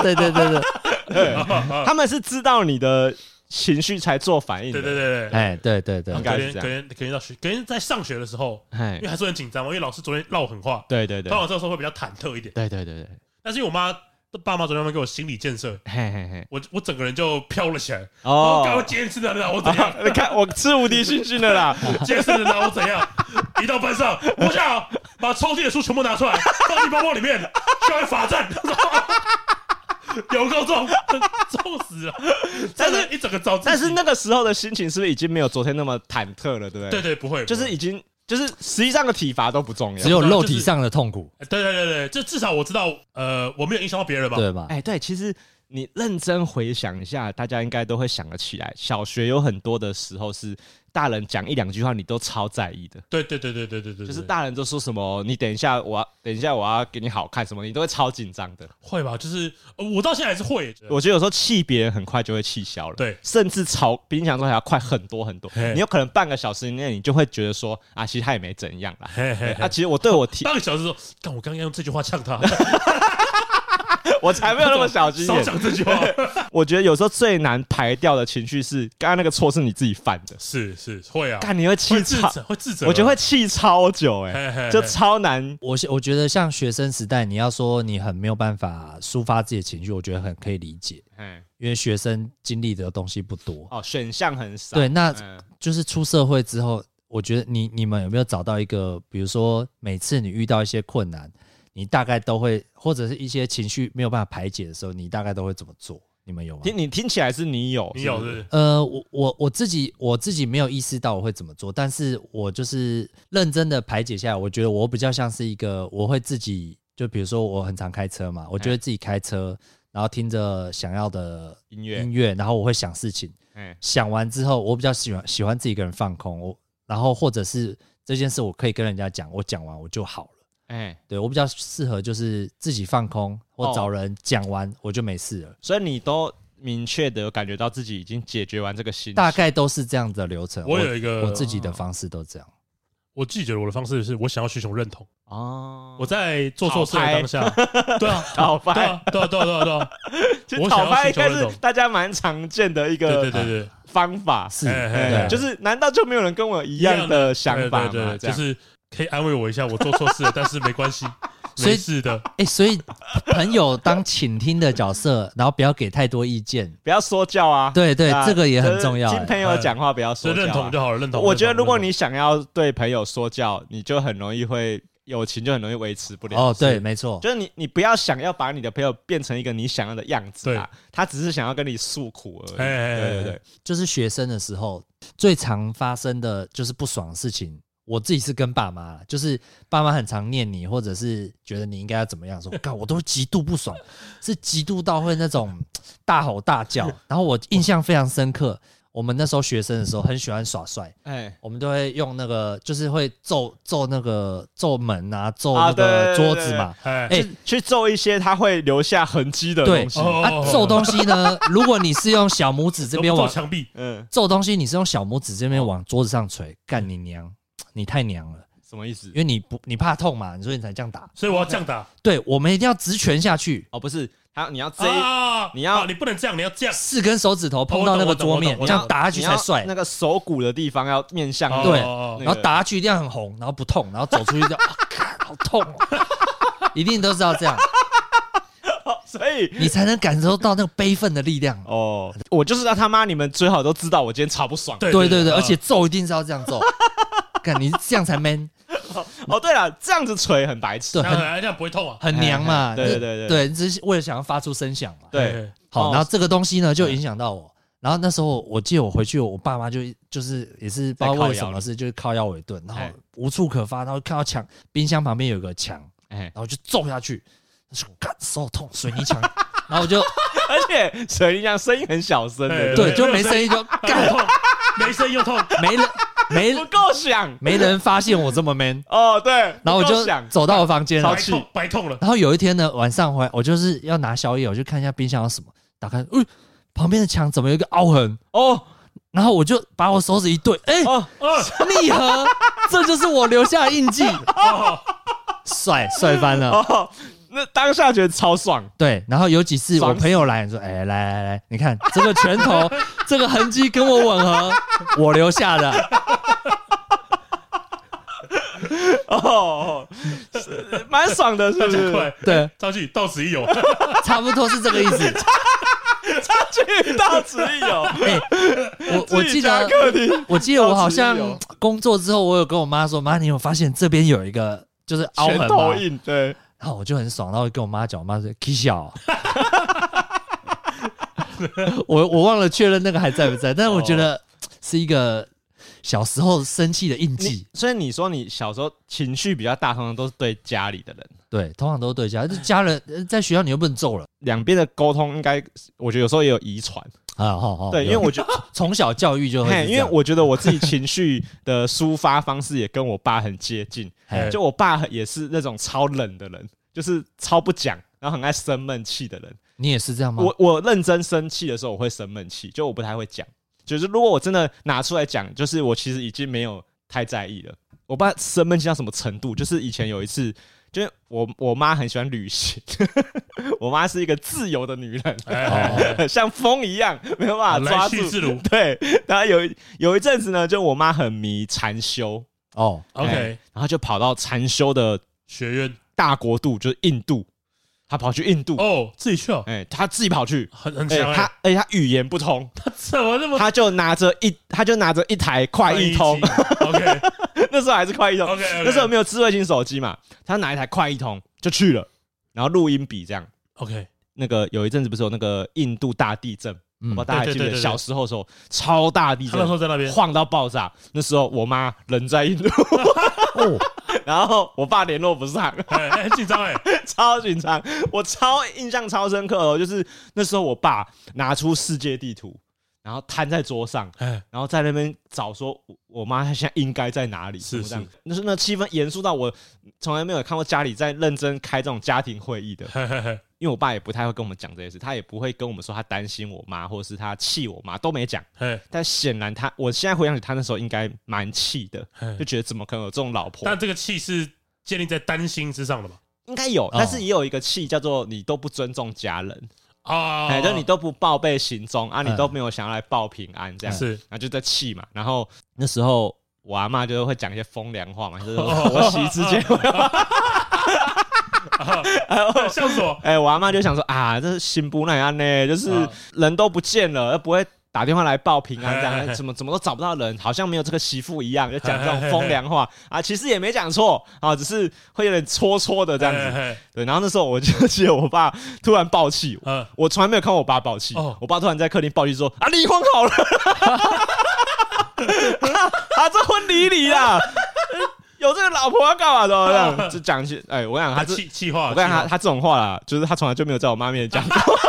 对对对对，
哎，
他们是知道你的情绪才做反应的，
对对对对。
哎，对对对
隔
应，该
天
是这
隔
样
天隔天到学，隔天在上学的时候，
哎
因为还是很紧张嘛，因为老师昨天唠我狠话，
对对对
当我这个时候会比较忐忑一点。
对对对对，
但是因为我妈爸妈昨天他们给我心理建设，
嘿嘿嘿，
我我整个人就飘了起来。哦，我
哦，
今天吃的呢，我怎样？
你看我吃无敌细菌的啦，
今天吃的呢，我怎样？一到班上，我下好，把抽屉的书全部拿出来，放进包包里面，校园罚站。 有够重，重死了！
但
真
是
的，一整个早自习，
但是那个时候的心情是不是已经没有昨天那么忐忑了，对不对？
对对不会，
就是
不会
已经就是实际上的体罚都不重要，
只有肉体上的痛苦，
哎对对对对，这至少我知道，呃，我没有影响到别人吧？
对吧？
哎、对，其实你认真回想一下，大家应该都会想得起来。小学有很多的时候是大人讲一两句话，你都超在意的，
对对对对对对对，
就是
对
大人都说什么，你等一下我要等一下我要给你好看什么，你都会超紧张的。
会吧？就是呃我到现在还是会，
我觉得有时候气别人很快就会气消了，
对
甚至吵比你想中还要快很多很多
嘿。
你有可能半个小时以内，你就会觉得说啊，其实他也没怎样啦。
嘿嘿
对
嘿
啊，其实我对我 提，
半个小时说，干，我刚刚用这句话呛 他，
我才没有那么小心
少
眼。
讲这句 话，
我觉得有时候最难排掉的情绪是，刚刚那个错是你自己犯的，
是是会啊，
干你会
会
气
自
超，
责，会自责，
我觉得会气超久哎、
嘿，嘿嘿
就超难。
我是我觉得像学生时代，你要说你很没有办法抒发自己的情绪，我觉得很可以理解，
哎，
因为学生经历的东西不多。
哦，选项很少。
对，那
嗯，
就是出社会之后，我觉得你你们有没有找到一个，比如说每次你遇到一些困难，你大概都会，或者是一些情绪没有办法排解的时候，你大概都会怎么做？你们有吗？
听你听起来是你有，
你有是
是不
不
是
是？
呃，我我我自己我自己没有意识到我会怎么做，但是我就是认真的排解下来，我觉得我比较像是一个，我会自己就比如说我很常开车嘛，我就
哎
会自己开车，然后听着想要的
音乐
音，乐，然后我会想事情，
哎，
想完之后，我比较喜欢喜欢自己一个人放空，我然后或者是这件事我可以跟人家讲，我讲完我就好了。
哎，
对我比较适合就是自己放空，
哦
或找人讲完我就没事了，
所以你都明确的感觉到自己已经解决完这个心情，
大概都是这样子的流程。
我呃有一个
我自己的方式都这样。
我自己觉得我的方式是我想要寻求认同，
哦，
我在做错事的当下，对 啊，
讨
对
拍，
啊，对啊，对啊，对啊，对啊，
其
我
实
想要
讨拍
寻
应
求
该
认
是
同
大家蛮常见的一
对
个
对对对，
方法，
是，
哎哎
对
哎
啊
就是难道就没有人跟我一样的想法
对对
吗？
对，
这
就
样
是可以安慰我一下，我做错事了，但是没关 系，
所以
没事的，
哎、所以朋友当倾听的角色，然后不要给太多意见。
不要说教啊，
对对
啊
这个也很重要欸
就是听朋友讲话不要
所
说
以
教啊，
认同就好了，认同。
我觉得
认同
如果
认
你想要对朋友说教，你就很容易会友情就很容易维持不了。
哦，对，
是，
没错，
就是你你不要想要把你的朋友变成一个你想要的样子啊
对，
他只是想要跟你诉苦而已。
哎哎哎
对对
哎
对，
就是学生的时候最常发生的就是不爽的事情。我自己是跟爸妈啦，就是爸妈很常念你，或者是觉得你应该要怎么样说，干我都极度不爽，是极度到会那种大吼 大叫。然后我印象非常深刻，我们那时候学生的时候很喜欢耍帅，
哎，
我们都会用那个就是会揍揍那个揍门啊，揍
啊
那
对
个
对
桌子嘛。
哎
哎
去去做一些他会留下痕迹的
对
东西。
哦
啊，揍东西 呢，如果你是用小拇指这边
做
往
墙壁，
嗯，
揍东西，你是用小拇指这边往桌子上捶，干你娘！你太娘了，
什么意思
因？为你不你怕痛嘛，所以你才这样打。
所以我要这样打
对，我们一定要直拳下去，
哦，不是，他你要这一
啊！
你要
啊你不能这样，你要这样。
四根手指头碰到那个桌面，
我懂我懂我懂
这样打下去
你
才
要
帅
那。个手骨的地方要面向
哦
对，
哦
那
然后
个
打下去一定要很红，然后不痛，然后走出去就啊，干好痛哦， 一定都是要这样，
哦 所以
你才能感受到那个悲愤的力量。
哦，我就是要他妈你们最好都知道我今天超不爽。
对
对对对，
啊
而且揍一定是要这样揍，干你这样才 man，
哦，对了，这样子锤很白痴
对，。
这样
很
这样不会痛啊。
很娘嘛。
哎对
你
对对对
对，你只是为了想要发出声响嘛。
对
哎，
好，
哦
然后这个东西呢就影响到我。然后那时候我记得我回去，我爸妈就就是也是不知道为什么事，就是靠腰我一顿，然后
哎
无处可发，然后看到墙冰箱旁边有个墙，
哎
然，后就揍下去，他说干手痛水 泥墙，然后我就
而且水一样声音很小声的，
哎
对就
没
没
有
声音就
又
干
痛，没声音又痛。
没人没
不够响。
没人发现我这么 man，
哦，对，
然后我
不够
就
响
走到我房间了
白，痛，白痛 了。
然后有一天呢，晚上回来，我就是要拿宵夜，我就看一下冰箱有什么，打开，呃，旁边的墙怎么有一个凹痕？
哦
然后我就把我手指一对，哎、
哦，
啊，
逆合，这就是我留下的印记，
哦
帅帅翻了。
哦，那当下觉得超爽，
对，然后有几次我
爽死
朋友来说，哎，来来来，你看这个拳头，这个痕迹跟我吻合，我留下的。
哦，是蛮爽的，是
大
不
家
是？
快，
对，
张旭到此一 游。
差不多是这个意思。
他去到此一游，
哎， 我我
哦自
记
己家
得，
客厅，
我记得我好像
到此一游
工作之后，我有跟我妈说，妈，你有发现这边有一个就是凹痕
拳
吗
头？印，对，
然后我就很爽，然后跟我妈讲，我妈说哦 k i 小， 我我忘了确认那个还在不在，但是我觉得是一个小时候生气的印记
你。所以你说你小时候情绪比较大，通常都是对家里的人，
对，通常都是对家，就家人呃在学校你又不能揍了
两边的沟通应该，我觉得有时候也有遗传，
啊！好好，
对，因为我觉得，
从小教育 就会
嘿
是这
因为
样，
我觉得我自己情绪的抒发方式也跟我爸很接近，
嘿
就我爸也是那种超冷的人，就是超不讲，然后很爱生闷气的人。
你也是这样吗？
我我认真生气的时候，我会生闷气，就我不太会讲。就是如果我真的拿出来讲，就是我其实已经没有太在意了。我爸生闷气到什么程度？就是以前有一次，就是我我妈很喜欢旅行， 我妈是一个自由的女人，
哎哎
哦
像风一样，没有办法抓
来
住
去。自如。
对，然后有一有一阵子呢，就我妈很迷禅修
哦，
OK，
哎然后就跑到禅修的
学院
大国度，就是印度，她跑去印度，
哦，自己去哦，
哎、她自己跑去，
很很
哎、
强
她
哎。
而且她语言 不通，
他怎么那么
她就拿着一，她就拿着一台快译通，
？OK
那时候还是快译通
OK，
那时候没有智慧型手机嘛，她拿一台快译通就去了，然后录音笔这样。
OK，
那个有一阵子不是有那个印度大地震，我不知道
嗯，
大家还记不
对对对
记得
对对
小时候的时候超大地
他
震
那时，候在那 边，
晃到爆炸。那时候我妈人在印度，
哦，
然后我爸联络不上，
哎，哎很紧张哎，
超紧张。我超印象超深刻哦，就是那时候我爸拿出世界地图，然后摊在桌上，
哎，
然后在那边找说我我妈她现在应该在哪里，
是
什么这样。那是那气氛严肃到我从来没有看过家里在认真开这种家庭会 议的，
嘿嘿嘿
因为我爸也不太会跟我们讲这些事，他也不会跟我们说他担心我妈或者是他气我妈都没讲。
嘿
但显然他，我现在回想起他那时候应该蛮 气的，
嘿
就觉得怎么可能有这种老婆？
但这个气是建立在担心之上的嘛？
应该有，但是也有一个气叫做你都不尊重家人，
啊，
哎、就你都不报备行踪啊，你
嗯
都没有想要来报平安这样，
是
然后就在气嘛。然后那时候我阿妈就会讲一些风凉话嘛，就是说婆媳之间，
哎笑死我，
哎、我阿妈就想说啊，这是新不那样呢，就是
嗯
人都不见了，而不会打电话来报平安，这
嘿嘿嘿
样怎么怎么都找不到人，好像没有这个媳妇一样，就讲这种风凉话啊，其实也没讲错啊，只是会有点戳戳的这样子。
子，
对，然后那时候我就记得我爸突然爆气，
嗯，
我从来没有看过我爸爆气。
哦
我爸突然在客厅爆气说：“啊，离婚好了， 啊，这婚离离啦，有这个老婆要干嘛的？”这样就讲起，哎，我想他
他
这，
气气话，
我跟你讲他
气
他这种话啦，就是他从来就没有在我妈面前讲过。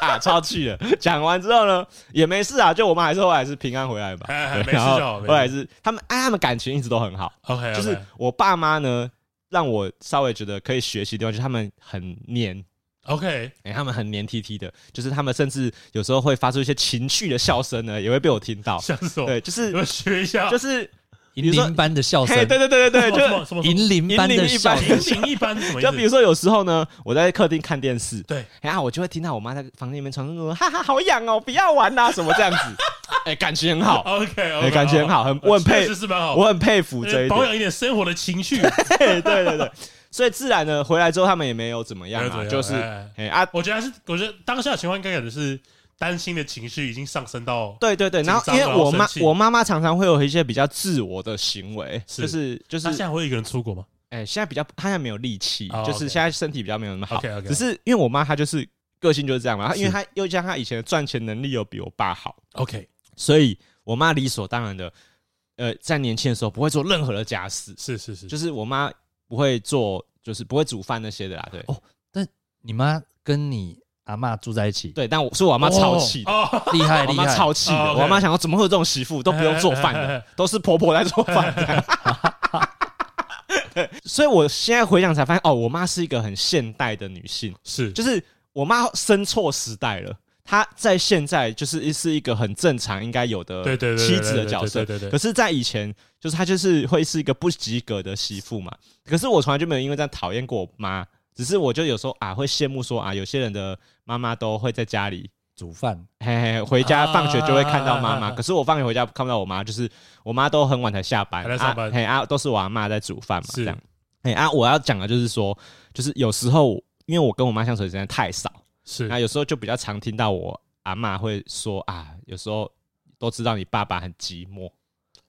啊，超气的！讲完之后呢，也没事啊，就我妈还是后来是平安回来吧。
话 哎，哎
对
没事就
然后
好，没
后来
事哎
是他们，哎，他们感情一直都很好。
，OK，
就是我爸妈呢，让我稍微觉得可以学习的地方，就是他们很黏，
OK，
哎、他们很黏 T T 的，就是他们甚至有时候会发出一些情绪的笑声呢，也会被我听到。
像是哦什么？
对，就是
你们学一下，
就是是，比
银
如说
铃般的笑声
嘿，，对对 对对对，
什么
就
什么
银铃般的笑
银铃一般
声
平，行一般是什么意
就比
思？
如说有时候呢，我在客厅看电视，
对，
然后我就会听到我妈在房间里面传出那种哈哈好痒哦，不要玩啦、什么这样子， 哎、感情很好，
OK，
哎、感情很好，很我很佩
哦确实，是蛮好，
我很佩服这一
保
点，
养一点生活的情 绪，
对对对对，所以自然呢，回来之后他们也没有怎么样
没有怎么
啊，
样
就是
哎
哎啊，
我觉得还是，我觉得当下的情况应该感觉是担心的情绪已经上升到
对对对，然后
紧
因
张
为
然后
我妈
生气
我妈妈常常会有一些比较自我的行为，
是
就是就是
他现在会一个人出国吗？
哎、现在比较她现在没有力气，
哦
就是
OK
现在身体比较没有那么好
OK，OK
只是因为我妈她就是个性就是这样嘛，她
是
因为她又加上她以前的赚钱能力又比我爸好，
OK，
所以我妈理所当然的，呃，在年轻的时候不会做任何的家事，
是是是，
就是我妈不会做，就是不会煮饭那些的啦，对、
哦你妈跟你阿嬷住在一起，
对，但我所以我妈超气的。
哦，
厉害
我
厉
妈
害，
超气
哦
的，
，OK
我妈想说怎么会有这种媳妇都不用做 饭的，都是婆婆在做饭的。对，所以我现在回想才发现，哦，我妈是一个很现代的女性，
是
就是我妈生错时代了。她在现在就是是一个很正常应该有的
对对对对
妻子的角色，
对对对对对
可是，在以前就是她就是会是一个不及格的媳妇嘛。可是我从来就没有因为这样讨厌过我妈，只是我就有时候啊会羡慕说啊，有些人的妈妈都会在家里
煮饭，
嘿嘿，回家放学就会看到妈
啊啊啊
妈，
啊
可是我放学回家看不到我妈，就是我妈都很晚才下班，
还在上班
啊嘿啊，都是我阿妈在煮饭嘛，
是
这样。嘿啊，我要讲的就是说，就是有时候因为我跟我妈相处的时间太少，
是
那有时候就比较常听到我阿妈会说啊，有时候都知道你爸爸很寂寞，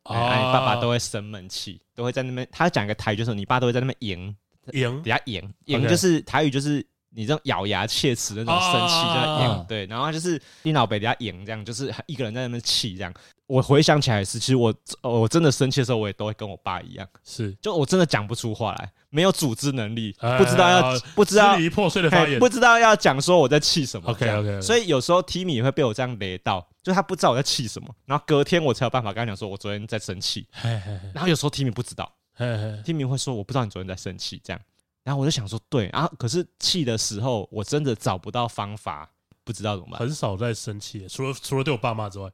哦
哎啊，你爸爸都会生闷气，都会在那边，他讲一个台语就是你爸都会在那边赢，
赢
底下赢赢
OK
哦就是台语就是你这种咬牙切齿的那种生气
啊
叫赢
啊，
对，然后他就是丁老北底下赢这样，就是一个人在那边气这样。我回想起来是，其实我呃我真的生气的时候，我也都会跟我爸一样，
是
就我真的讲不出话来，没有组织能力，
哎
不知道要
啊
不知道
支离破碎的发
哎
言，
不知道要讲说我在气什么
OK，
这样
OK，OK
所以有时候 Timmy 也会被我这样雷到，就他不知道我在气什么，然后隔天我才有办法跟他讲说我昨天在生气，
嘿嘿嘿
然后有时候 Timmy 不知道。
嘿嘿
听明会说我不知道你昨天在生气这样，然后我就想说对，然后可是气的时候我真的找不到方法，不知道怎么办
很少在生气，除了除了对我爸妈之外，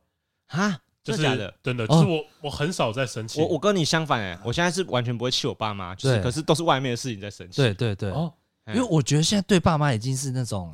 啊？
就
真
是
的假的？
真的，
哦
就是我我很少在生气，
我我跟你相反哎、我现在是完全不会气我爸妈，就是
对
可是都是外面的事情在生气，
对对对，
哦
哎，
因为我觉得现在对爸妈已经是那种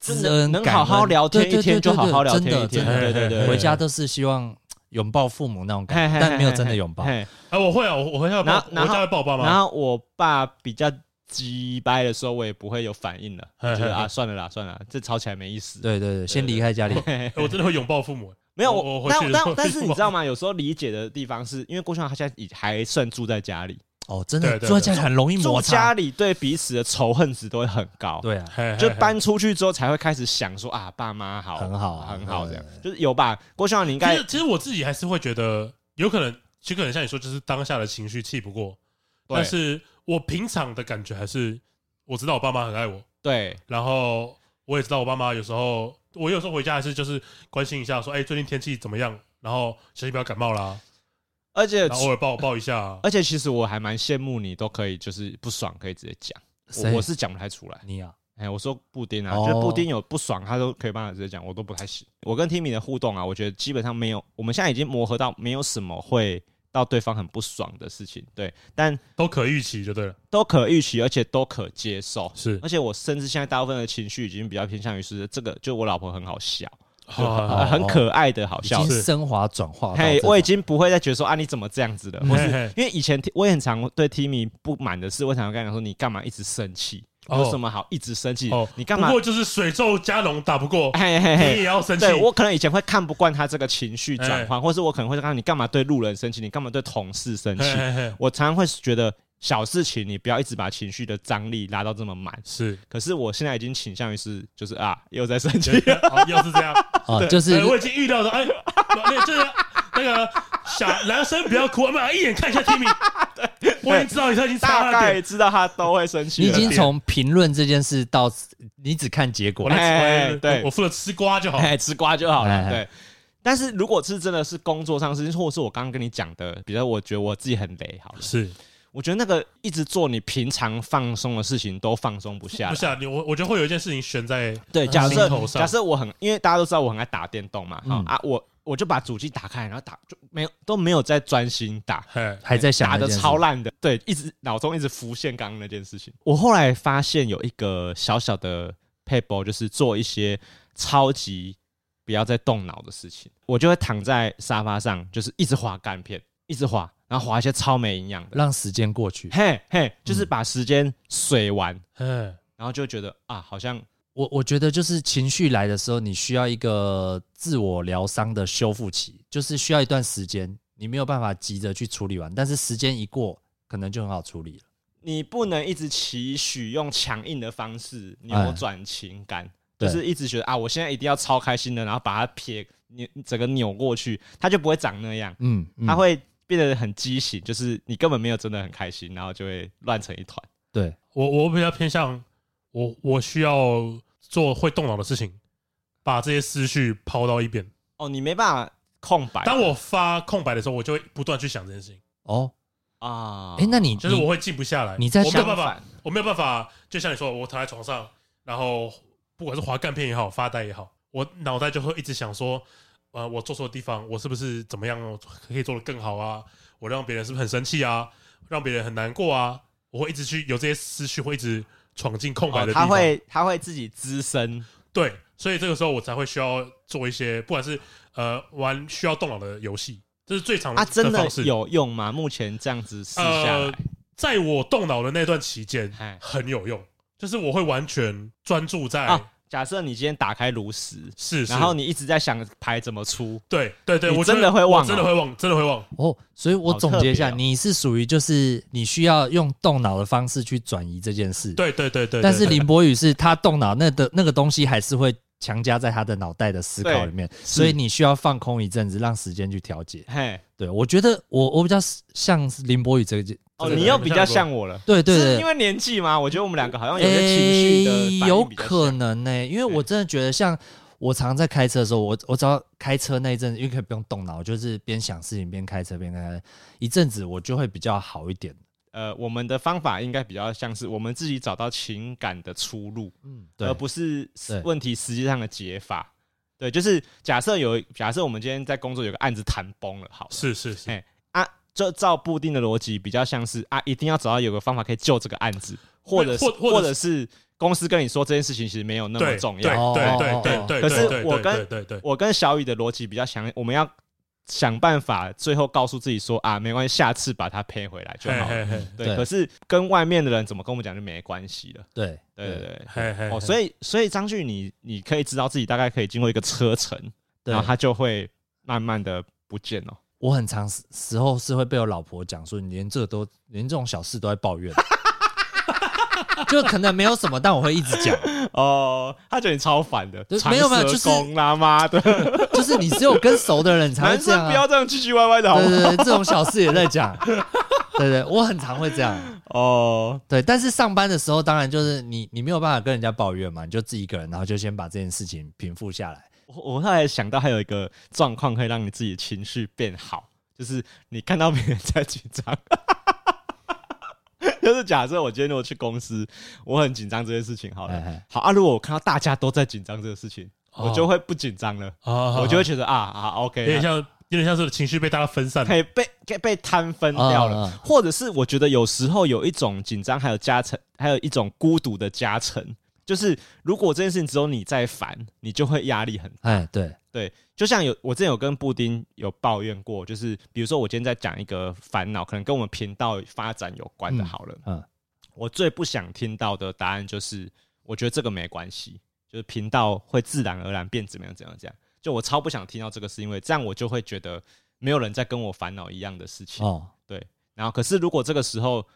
就
知
能
恩
能
感
好好
恩
聊天
对对
一天
对
就
对
好
对
好聊
真
天一
的
天，
真
对
的
对对，
嘿
回
嘿
家都是希望拥抱父母那种
嘿
感
嘿
觉，
嘿
但没有真的拥抱。
嘿
哎，我会啊，我我回家会抱
然后然
我
后
家会抱我爸
然
妈，
后我爸比较急掰的时候，我也不会有反应了，
嘿
就
嘿
觉得
嘿
啊算了啦算了啦，这吵起来没意思。
对对对，先离开家里。
嘿嘿
哎我真的会拥抱父母，
没有，
我
我
我回去
但
的时候
但但
就是
你知道吗？有时候理解的地方是因为郭襄他现在已还算住在家里，
哦，真
对
的
对对
坐在家里很容易
住
摩
家
擦。
里哦对彼此的仇恨值都会很高。
对啊，
嘿嘿
就
嘿
搬出去之后才会开始想说啊，爸妈好，
很好啊
很好，
对
这样就是有吧？郭襄你应
其
该
实，其实我自己还是会觉得，有可能，就可能像你说，就是当下的情绪气不过，
对
但是我平常的感觉还是，我知道我爸妈很爱我，
对
然后我也知道我爸妈有时候，我有时候回家还是就是关心一下，说，哎、最近天气怎么样？然后小心不要感冒啦，
而且
然后偶尔抱抱一下、
而且其实我还蛮羡慕你，都可以就是不爽可以直接讲，
谁
我我是讲不太出来。
你啊，
哎，我说布丁啊，
哦
就是布丁有不爽，他都可以帮他直接讲，我都不太行。我跟 Timmy 的互动啊，我觉得基本上没有，我们现在已经磨合到没有什么会到对方很不爽的事情，对，但
都可预期就对了。
都可预期，而且都可接受。
是，
而且我甚至现在大部分的情绪已经比较偏向于是这个，就我老婆很好笑，
好好
呃
好，
很可爱的好
已
笑
经。
哦
哦
是
升华转化到
嘿
这，种
我已经不会再觉得说啊你怎么这样子了，或是
嘿嘿
因为以前 T- 我也很常对 Timmy 不满的是，我常常跟他讲说你干嘛一直生气，
哦
有什么好一直生气？你干嘛
不？过就是水咒加农打不过，
嘿嘿
你
嘿
也要生气。哎
对我可能以前会看不惯他这个情绪转换，或是我可能会啊看你干嘛对路人生气，你干嘛对同事生气
嘿。嘿嘿
我常常会觉得小事情你不要一直把情绪的张力拉到这么满。
是，
可是我现在已经倾向于是，就是啊，又在生气 了。
哦又是这 样，
哦，
对
就是
哎我已经预料到，哎， 那就是那个小男生不要哭，我们一眼看一下 Timmy，我已经知道他已经
大
差了
概
点，
知道他都会生气
你
了。
已经从评论这件事到你只看结果
我，来
哎哎
吃，
对
我负责吃瓜就好。
哎，吃瓜就好
哎
了。
哎
对，但是如果是真的是工作上的事情，或者是我刚刚跟你讲的，比如说我觉得我自己很累，好了，
是，
我觉得那个一直做你平常放松的事情都放松不下
不
来。
是啊，你我我觉得会有一件事情悬在
对，假设
心头上
假设我很，因为大家都知道我很爱打电动嘛，好
嗯
啊，我我就把主机打开，然后打就没有都没有在专心打，
嘿，
还在想
打
那
的
件事
超烂的，对，一直脑中一直浮现刚刚那件事情。我后来发现有一个小小的 paper，就是做一些超级不要再动脑的事情，我就会躺在沙发上，就是一直滑干片，一直滑，然后滑一些超没营养的，
让时间过去。
嘿嘿，就是把时间水完，
嗯，
然后就觉得啊，好像
我我觉得就是情绪来的时候，你需要一个自我疗伤的修复期，就是需要一段时间，你没有办法急着去处理完，但是时间一过，可能就很好处理了。
你不能一直期许用强硬的方式扭转情感，
对
就是一直觉得啊，我现在一定要超开心的，然后把它撇扭整个扭过去，它就不会长那样，
嗯，嗯
它会变得很畸形，就是你根本没有真的很开心，然后就会乱成一团。
对，
我我比较偏向我我需要做会动脑的事情，把这些思绪抛到一边。
哦，你没办法空白。
当我发空白的时候，我就会不断去想这件事情，
哦，
啊，
哎、那你
就是
你
我会静不下来。
你在
我没有
想
办法
反，
我没有办法，就像你说，我躺在床上，然后不管是滑干片也好，发呆也好，我脑袋就会一直想说，呃，我做错的地方，我是不是怎么样可以做得更好啊？我让别人是不是很生气啊？让别人很难过啊？我会一直去有这些思绪，会一直闯进空白
哦
的地
它
方。
会它会自己滋生，
对，所以这个时候我才会需要做一些，不管是呃玩需要动脑的游戏，嗯这是最常
啊，真的
方式。
有用吗？目前这样子试下来
呃，在我动脑的那段期间
嗨
很有用，就是我会完全专注在、
啊，假设你今天打开炉石，
是，是
然后你一直在想牌怎么出，
对对对，
你
我
真
觉
的
得
会忘
我真的
哦
会忘，真的会忘。
哦，所以我
好
总
特
结一
别
下，
哦
你是属于就是你需要用动脑的方式去转移这件事。，
对对对对，
但是
对
林博宇是他动脑，那的那个东西还是会强加在他的脑袋的思考
对
里面，所以你需要放空一阵子，让时间去调节。
嘿，
对，我觉得我我比较像是林博宇这个阶，
这
哦，
个
你
人
又
不
比
像
较
过
像我了，
对对
是
对
因，为年纪吗？我觉得我们两个好像有些情绪
诶，
的反
有
应比较像
可能呢、因为我真的觉得像。我常在开车的时候，我我只要开车那一阵子，因为可以不用动脑，就是边想事情边开车边开车，一阵子我就会比较好一点。
呃，我们的方法应该比较像是我们自己找到情感的出路，
嗯，对
而，不是
对
问题实际上的解法。对，就是假设有假设我们今天在工作有个案子谈崩了，好了
是是是
嘿啊，这照固定的逻辑比较像是啊，一定要找到有个方法可以救这个案子，或者是
或或者是
或者是公司跟你说这件事情其实没有那么
对
重
对
要，
对
哦
对对对，
可是
对
我
对
跟
对对 对
我跟小雨的逻辑比较像，我们要想办法，最后告诉自己说啊，没关系，下次把它赔回来就
嘿
好了。
嘿嘿
对，
对
可是跟外面的人怎么跟我们讲就没关系了。
对
对对对。
嘿嘿，
哦，
嘿
所以所以张俊，你你可以知道自己大概可以经过一个车程，
对，
然后它就会慢慢的不见哦。
我很长时时候是会被我老婆讲说，你连这都连这种小事都在抱怨， 就可能没有什么，但我会一直讲，
哦，他觉得你超烦的，
对
长
没有没有
舌
就是
公啦妈 的，
就是你只有跟熟的人才
男
会这
生
样、
不
啊
要。这样唧唧歪歪的好
对
吗？
对对，这种小事也在 讲。对对，我很常会这样。
哦，
对，但是上班的时候，当然就是你你没有办法跟人家抱怨嘛，你就自己一个人，然后就先把这件事情平复下来。
我我后来想到还有一个状况可以让你自己情绪变好，就是你看到别人在紧张。 就是假设我今天如果去公司，我很紧张这件事情，好
哎
了
哎，
好啊。如果我看到大家都在紧张这个事情，
哦
我就会不紧张了，
啊
我就会
得
觉得啊啊
有
，OK，
点
啊
像有点像是情绪被大家分散，
可以被可以被摊分掉了。
嗯嗯
或者是我觉得有时候有一种紧张，还有加成，还有一种孤独的加成，就是如果这件事情只有你在烦，你就会压力很
哎，对，
对，就像有我之前有跟布丁有抱怨过，就是比如说我今天在讲一个烦恼，可能跟我们频道发展有关的，
嗯
好了，
嗯，
我最不想听到的答案就是，我觉得这个没关系，就是频道会自然而然变怎么样怎么样怎样。就我超不想听到这个，是因为这样我就会觉得没有人在跟我烦恼一样的事情。
哦，
然后，可是如果这个时候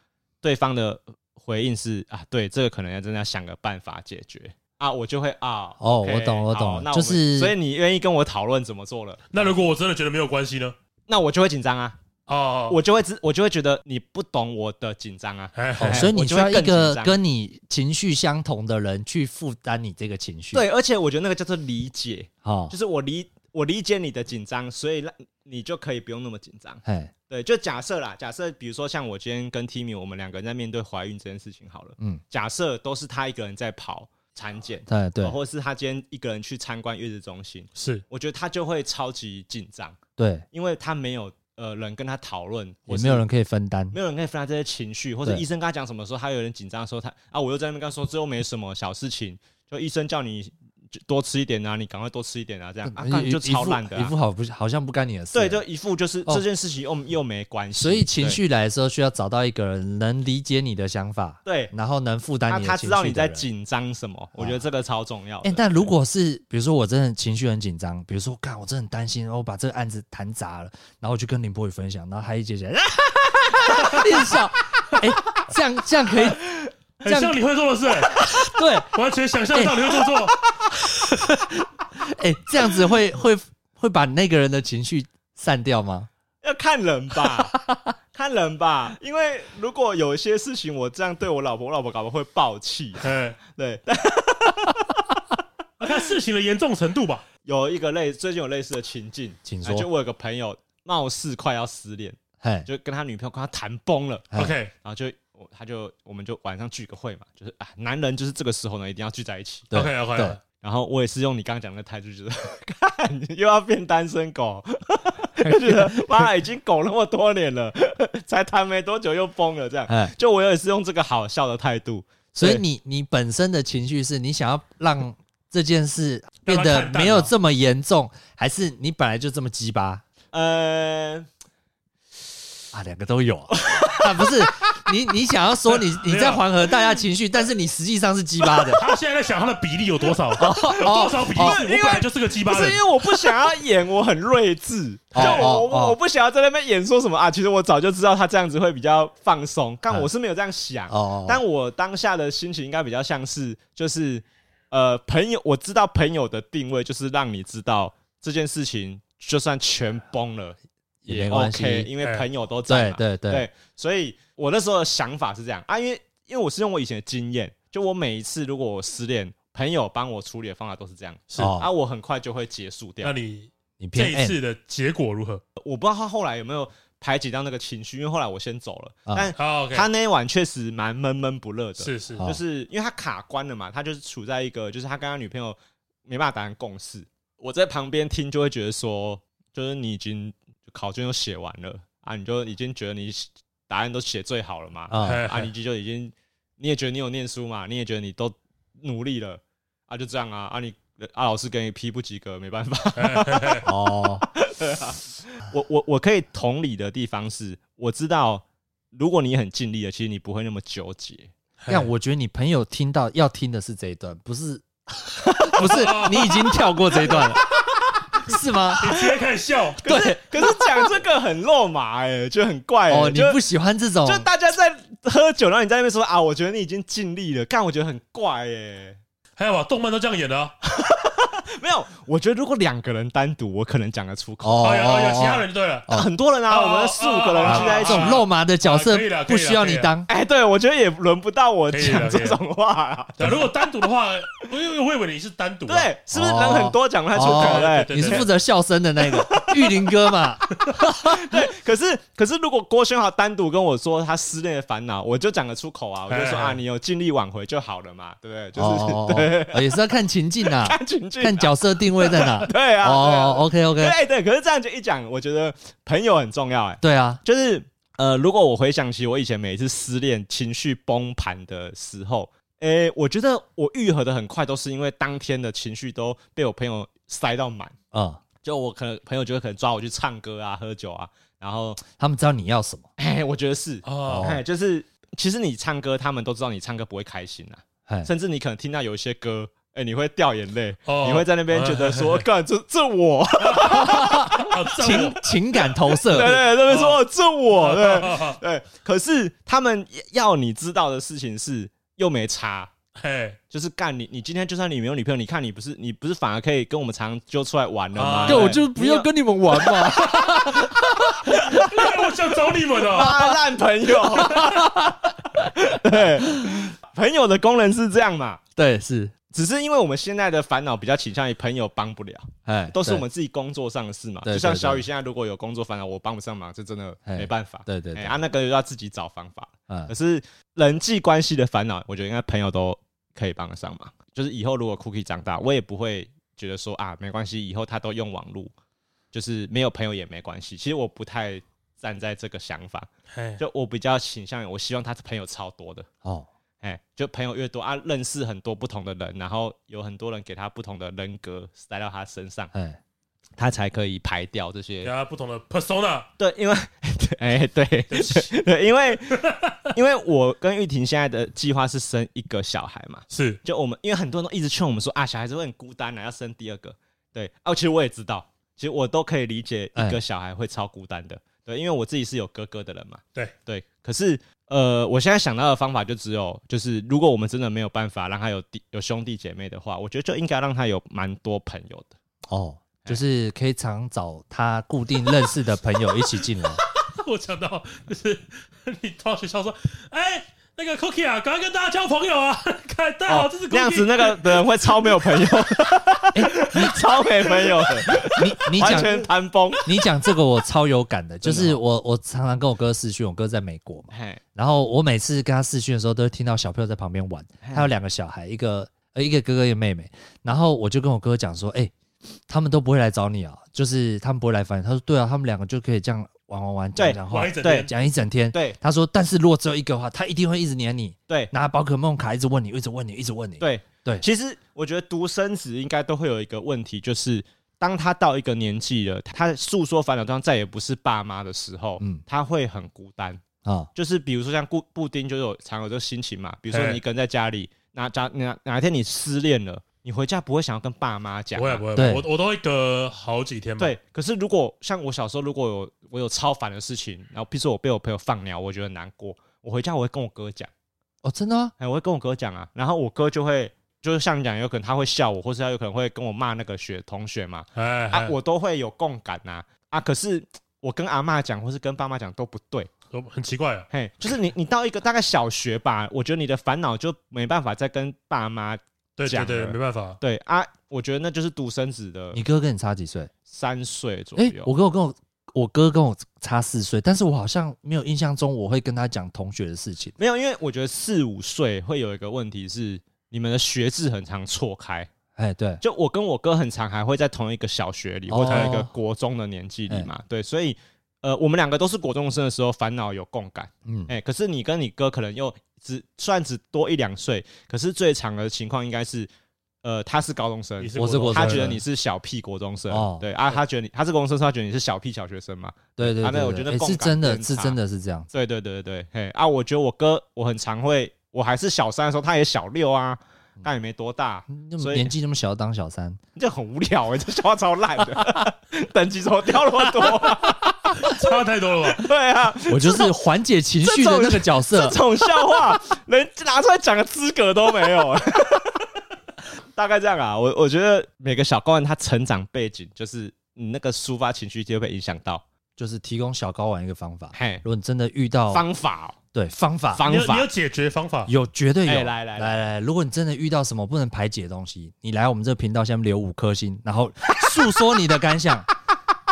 对方的回应是啊，对，这个可能要真的要想个办法解决啊，我就会啊，
哦
OK，
我懂我
好
懂
那我
就
们
是
所以你愿意跟我讨论怎么做了，
那如果我真的觉得没有关系呢？
那我就会紧张啊，
哦，
我就会知，我就会觉得你不懂我的紧张啊，
哎
哦
哎
所以你
我
需
就会
要一
更
个
紧张
跟你情绪相同的人去负担你这个情绪。
对，，而且我觉得那个叫做理解，
哦
就，是我理我理解你的紧张，所以让你就可以不用那么紧张。
哎，
对，就假设啦，假设比如说像我今天跟 Timmy，我们两个人在面对怀孕这件事情好了，
嗯，
假设都是他一个人在跑产检，
对对
哦或者是他今天一个人去参观月子中心，
是
我觉得他就会超级紧张，
对，
因为他没有呃人跟他讨论，
也
或是
没有人可以分担。
没有人可以分担这些情绪，或者
对
医生跟他讲什么时候，他有点紧张的时候，他啊，我又在那边跟他说，这又没什么小事情，就医生叫你就多吃一点啊，你赶快多吃一点啊，这样啊，
一
干
一
就
一
超
副
烂的、
一副
啊。
好不好像不干你的事。
对，就一副就是
哦
这件事情又又没关系，
所以情
对
绪来的时候，需要找到一个人能理解你的想法，
对
然后能负担
他
你的情绪
他知道你
的
在
人
紧张什么，我觉得这个超重要的。
哎、但如果是比如说我真的情绪很紧张，比如说看我真的很担心，然后我把这个案子谈砸了，然后我去跟林博宇分享，然后他一接起 来，一直笑，哎、这样这样可以，这
很
样
像你会做的事，哎
对，
完全想象得到你会这么做。
哎、这样子会会会把那个人的情绪散掉吗？
要看人 吧，看人吧，因为如果有一些事情我这样对我老婆，我老婆搞不好会爆气、啊。
哎，
对，但
要看事情的严重程度吧。
有一个类最近有类似的情境，
请
啊
说
就我有个朋友貌似快要失恋，
嘿，
就跟他女朋友快要谈崩了，
哎
OK，
然后就我他就我们就晚上聚个会嘛，就是啊，男人就是这个时候呢一定要聚在一起。
对
OK，OK，
对，
然后我也是用你刚刚讲的态度，就是 看又要变单身 狗，就觉得妈已经狗那么多年了， 才谈没多久又崩了，这样。
哎，
就我也是用这个好笑的态度，
所以
对
你你本身的情绪是你想要让这件事变
让它
得
看淡
没有
了，
这么严重，还是你本来就这么鸡巴？
呃，
啊，两个都有啊， 啊不是你你想要说你你在缓和大家情绪，但是你实际上是鸡巴的
他现在在想他的比例有多少，有多少比例
哦
是我
因为
本来就是个鸡
不
巴
是
人
因。为我不想要演我很睿智，就
哦
我
哦哦
我我不想要在那边演说什么啊，其实我早就知道他这样子会比较放松，但我是没有这样想，
嗯哦，
但我当下的心情应该比较像是就是呃朋友，我知道朋友的定位就是让你知道这件事情就算全崩了。
也
也
没关
OK，
系，
因为
哎
朋友都在
对
嘛。
对对，
对，所以我那时候的想法是这样啊，因为因为我是用我以前的经验，就我每一次如果我失恋，朋友帮我处理的方法都是这样，
是
哦
啊，我很快就会结束掉
那。你
你
这
偏
一
M
次的结果如何
我不知道他后来有没有排解掉那个情绪，因为后来我先走了，
啊
但
好？OK，
他那一晚确实蛮闷闷不乐的，
是是
好
就是因为他卡关了嘛，他就是处在一个就是他跟他女朋友没办法达成共识。我在旁边听就会觉得说，就是你已经考卷都写完了啊，你就已经觉得你答案都写最好了嘛，
啊
哎
啊，你就已经你也觉得你有念书嘛，你也觉得你都努力了啊，就这样啊啊你。啊，老师给你批不及格，没办法。
哦，
我我我可以同理的地方是，我知道如果你很尽力了，其实你不会那么纠结。
但我觉得你朋友听到要听的是这一段，不是不是你已经跳过这一段了，是吗？
你哎直接开始笑，
对，
可是讲这个很肉麻哎、就很怪、欸、
哦，你
哎
就
不喜欢这种
就大家在喝酒，然后你在那边说啊，我觉得你已经尽力了，干，我觉得很怪耶、
还有啊，动漫都这样演的啊，
没有，我觉得如果两个人单独，我可能讲得出口。
哦
哦有有其他
哦
人就对了，
啊很多人啊，
哦
我们四五个
哦
人聚在
哦，
一
这
起。
种肉麻的角色
啊可以了可以
不
了
需要
可以
你
了
当，
哎，对，我觉得也轮不到我
可以了
讲这种话啊。
对，如果单独的话，我以为我以为你是单独啊，
对，是不是人很多讲不太出口
哦
嘞？
对
你是负责笑声的那个玉林 哥嘛？
对，可是可是，如果郭轩豪单独跟我说他失恋的烦恼，我就讲得出口啊，我就说
哎哎
啊，你有尽力挽回就好了嘛，对不对？
哦
就是对，，
哦也是要看情境 啊，
看情境啊，
看角色定位在哪。
对啊，对啊
哦，OK
对
OK，
哎对，可是这样就一讲，我觉得朋友很重要哎、
对啊，
就是呃，如果我回想起我以前每一次失恋、情绪崩盘的时候，哎、我觉得我愈合的很快，都是因为当天的情绪都被我朋友塞到满，
嗯，
就我可能朋友就会可能抓我去唱歌啊、喝酒啊，然后
他们知道你要什么，
哎、我觉得是，
哦
哎、就是其实你唱歌，他们都知道你唱歌不会开心啊，
哎，
甚至你可能听到有一些歌，哎、你会掉眼泪，
哦
你会在那边觉得说，干这这我，
啊这
情情感投
对对
射，
对，那边说、哦、这 我，对
我
对。可是他们要你知道的事情是，又没差。
嘿，
就是干你，你今天就算你没有女朋友，你看你不是你不是反而可以跟我们常常揪出来玩了吗？
啊
对，
对
我就不要跟你们玩 嘛。
我想找你们 哦。
啊，烂朋友。对，朋友的功能是这样嘛？
对，是，
只是因为我们现在的烦恼比较倾向于朋友帮不了，
哎，
都是
对
我们，自己工作上的事嘛。
对
就像
对
小雨
对
现在如果有工作烦恼，我帮不上忙，这真的
哎
没办法。
对对
哎，
对，
啊，那个要自己找方法。可
嗯，
是人际关系的烦恼，我觉得应该朋友都可以帮得上忙。就是以后如果 Cookie 长大，我也不会觉得说啊没关系，以后他都用网络，就是没有朋友也没关系。其实我不太站在这个想法，
嘿，
就我比较倾向于我希望他的朋友超多的。
哦，
哎、就朋友越多啊，认识很多不同的人，然后有很多人给他不同的人格塞到他身上，
哎，
他才可以排掉这
给
些。
他不同的 persona，
对，因为 对哎、对
啊对不起
对，因为 因为我跟玉婷现在的计划是生一个小孩嘛，
是
就我们因为很多人都一直劝我们说啊，小孩子会很孤单啊，要生第二个。对，哦、其实我也知道，其实我都可以理解一个
哎
小孩会超孤单的。对，因为我自己是有哥哥的人嘛。
对
对，可是呃，我现在想到的方法就只有，就是如果我们真的没有办法让他有弟有兄弟姐妹的话，我觉得就应该让他有蛮多朋友的。
哦，就是可以常找他固定认识的朋友一 起进来。
我想到就是 你到学校说，哎，那个 Cookie 啊，赶快跟大家交朋友啊，看大家 好，这是
哦那样子
Cookie，
那个的人会超没有朋友， 超没朋友的，
你你
完
讲
全谈崩。
你讲这个我超有感的，就
真的
是我我常常跟我哥视讯，我哥在美国嘛，
嘿，
然后我每次跟他视讯的时候，都会听到小朋友在旁边玩，他有两个小孩，一个呃一个哥哥一个妹妹，然后我就跟我哥讲说，哎、他们都不会来找你啊，就是他们不会来烦你。他说对啊，他们两个就可以这样玩玩玩
对
讲讲话
玩一，整天，
讲一整天。
对
他说，但是如果只有一个的话，他一定会一直黏你，
对
拿宝可梦卡一直问你，一直问你，一直问你。
对
对
其实我觉得独生子应该都会有一个问题，就是当他到一个年纪了，他诉说烦恼当再也不是爸妈的时候，
嗯
他会很孤单。
啊，
就是比如说像布布丁，就有常有这个心情嘛。比如说
嘿
你一个人在家里，哪家哪哪天你失恋了，你回家不会想要跟爸妈讲啊
啊不会
嘛。
不会，不会
对
我我都会隔好几天嘛。
对，可是如果像我小时候，如果有我有超烦的事情，然后譬如说我被我朋友放鸟，我觉得很难过，我回家我会跟我哥讲。
哦，真的吗？
哎，我会跟我哥讲啊，然后我哥就会，就是像你讲，有可能他会笑我，或是他有可能会跟我骂那个学同学嘛，
哎，
啊
哎，
我都会有共感呐、啊，啊，可是我跟阿嬷讲，或是跟爸妈讲都不对，
我很奇怪啊，
嘿，就是你你到一个大概小学吧，我觉得你的烦恼就没办法再跟爸妈
对对
讲
对，
了
没办法，
对啊，我觉得那就是独生子的
你哥跟你差几岁？
三岁左
哎、
右，
我跟我跟我我哥跟我差四岁，但是我好像没有印象中我会跟他讲同学的事情。
没有，因为我觉得四五岁会有一个问题是，你们的学制很常错开。
哎，对，
就我跟我哥很常还会在同一个小学里，
哦哎
或同一个国中的年纪里嘛，对，所以呃，我们两个都是国中生的时候烦恼有共感，
嗯，
哎、可是你跟你哥可能又只虽然只多一两岁，可是最长的情况应该是，呃，他是高中生
你，
我是
国中
国
他
中
觉得
生
你是小屁国中生，
哦
对啊，他觉得你他是国中生，所以他觉得你是小屁小学生嘛，
对对
啊
对
那我觉
对
得
哎
共
是
感
真的，
偏
是
差
真的是这样子。
对对对对对，嘿啊，我觉得我哥我很常会，我还是小三的时候，他也小六啊，但也没多大，
嗯那
所
么
以
年纪那么小当小三，
这很无聊哎、欸，这笑话超烂的， 等级怎么掉那么多？
差太多了吧？
对啊，
我就是缓解情绪的那个角
这
色。
种笑话连拿出来讲的资格都没有。 大概这样啊，我我觉得每个小高人他成长背景，就是你那个抒发情绪就会被影响到。
就是提供小睾丸一个方法。
嘿
如，果你真的遇到
方法哦、
对方法
方
你有你
法
有解决方法，
有绝对有，
哎来来来。
来来，如果你真的遇到什么不能排解的东西，你来我们这个频道下面留五颗星，然后诉说你的感想，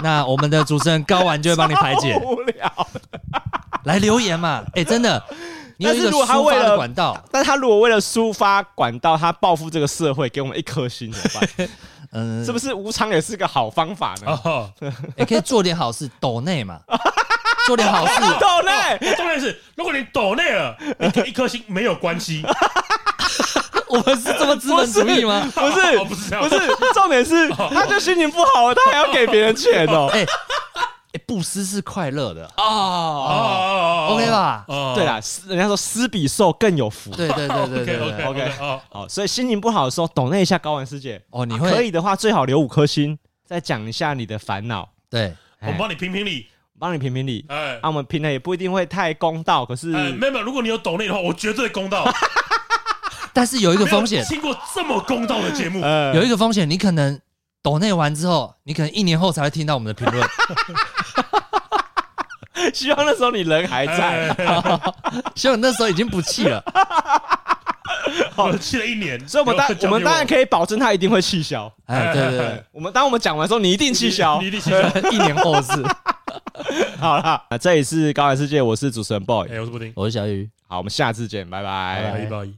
那我们的主持人睾丸就会帮你排解
无聊。
来留言嘛，哎，真的，你有一
但是
个
如果
抒
他为
发
了
的管道，
但他如果为了抒发管道，他报复这个社会，给我们一颗星怎么办？
嗯
是，不是无偿也是个好方法呢？
哦，
也哎可以做点好事，抖内嘛，做点好事，
豆类，
重点是，如果你抖内了，你给一颗星没有关系，
我们是这么资本主义吗？
不是
哦不是这样，
不是，重点是他就心情不好，他还要给别人钱哦。
哎、哎布施是快乐的
哦。
哦
，OK？吧？
哦
对啦，施人家说施比受更有福。
对对对对对对
，OK
对
OK
OK，
哦，
好，所以心情不好的时候，懂那一下高玩师姐
哦，你
啊可
会
以的话，最好留五颗星，再讲一下你的烦恼，
对
哎
我帮你评评理，
帮你评评理。
哎
啊，。我们评的也不一定会太公道，可是
哎，没有没有，如果你有抖内的话，我绝对公道。
但是有一个风险
没有，听过这么公道的节 目，
呃
有一个风险，你可能抖内完之后，你可能一年后才会听到我们的评论。
希望那时候你人还在。
哎
希望你那时候已经不气了。
我气了一年，
所以我们当
然
我们当然
以
可以保证他一定会气消。
哎，对对
我们当我们讲完之后，你一定气消
你。一定 气消。
对，一年后的事。
好啦，那这里是高玩世界，我是主持人 boy。
哎，我是布丁，哎
我是小雨。
好，我们下次见，拜
一
拜
八一。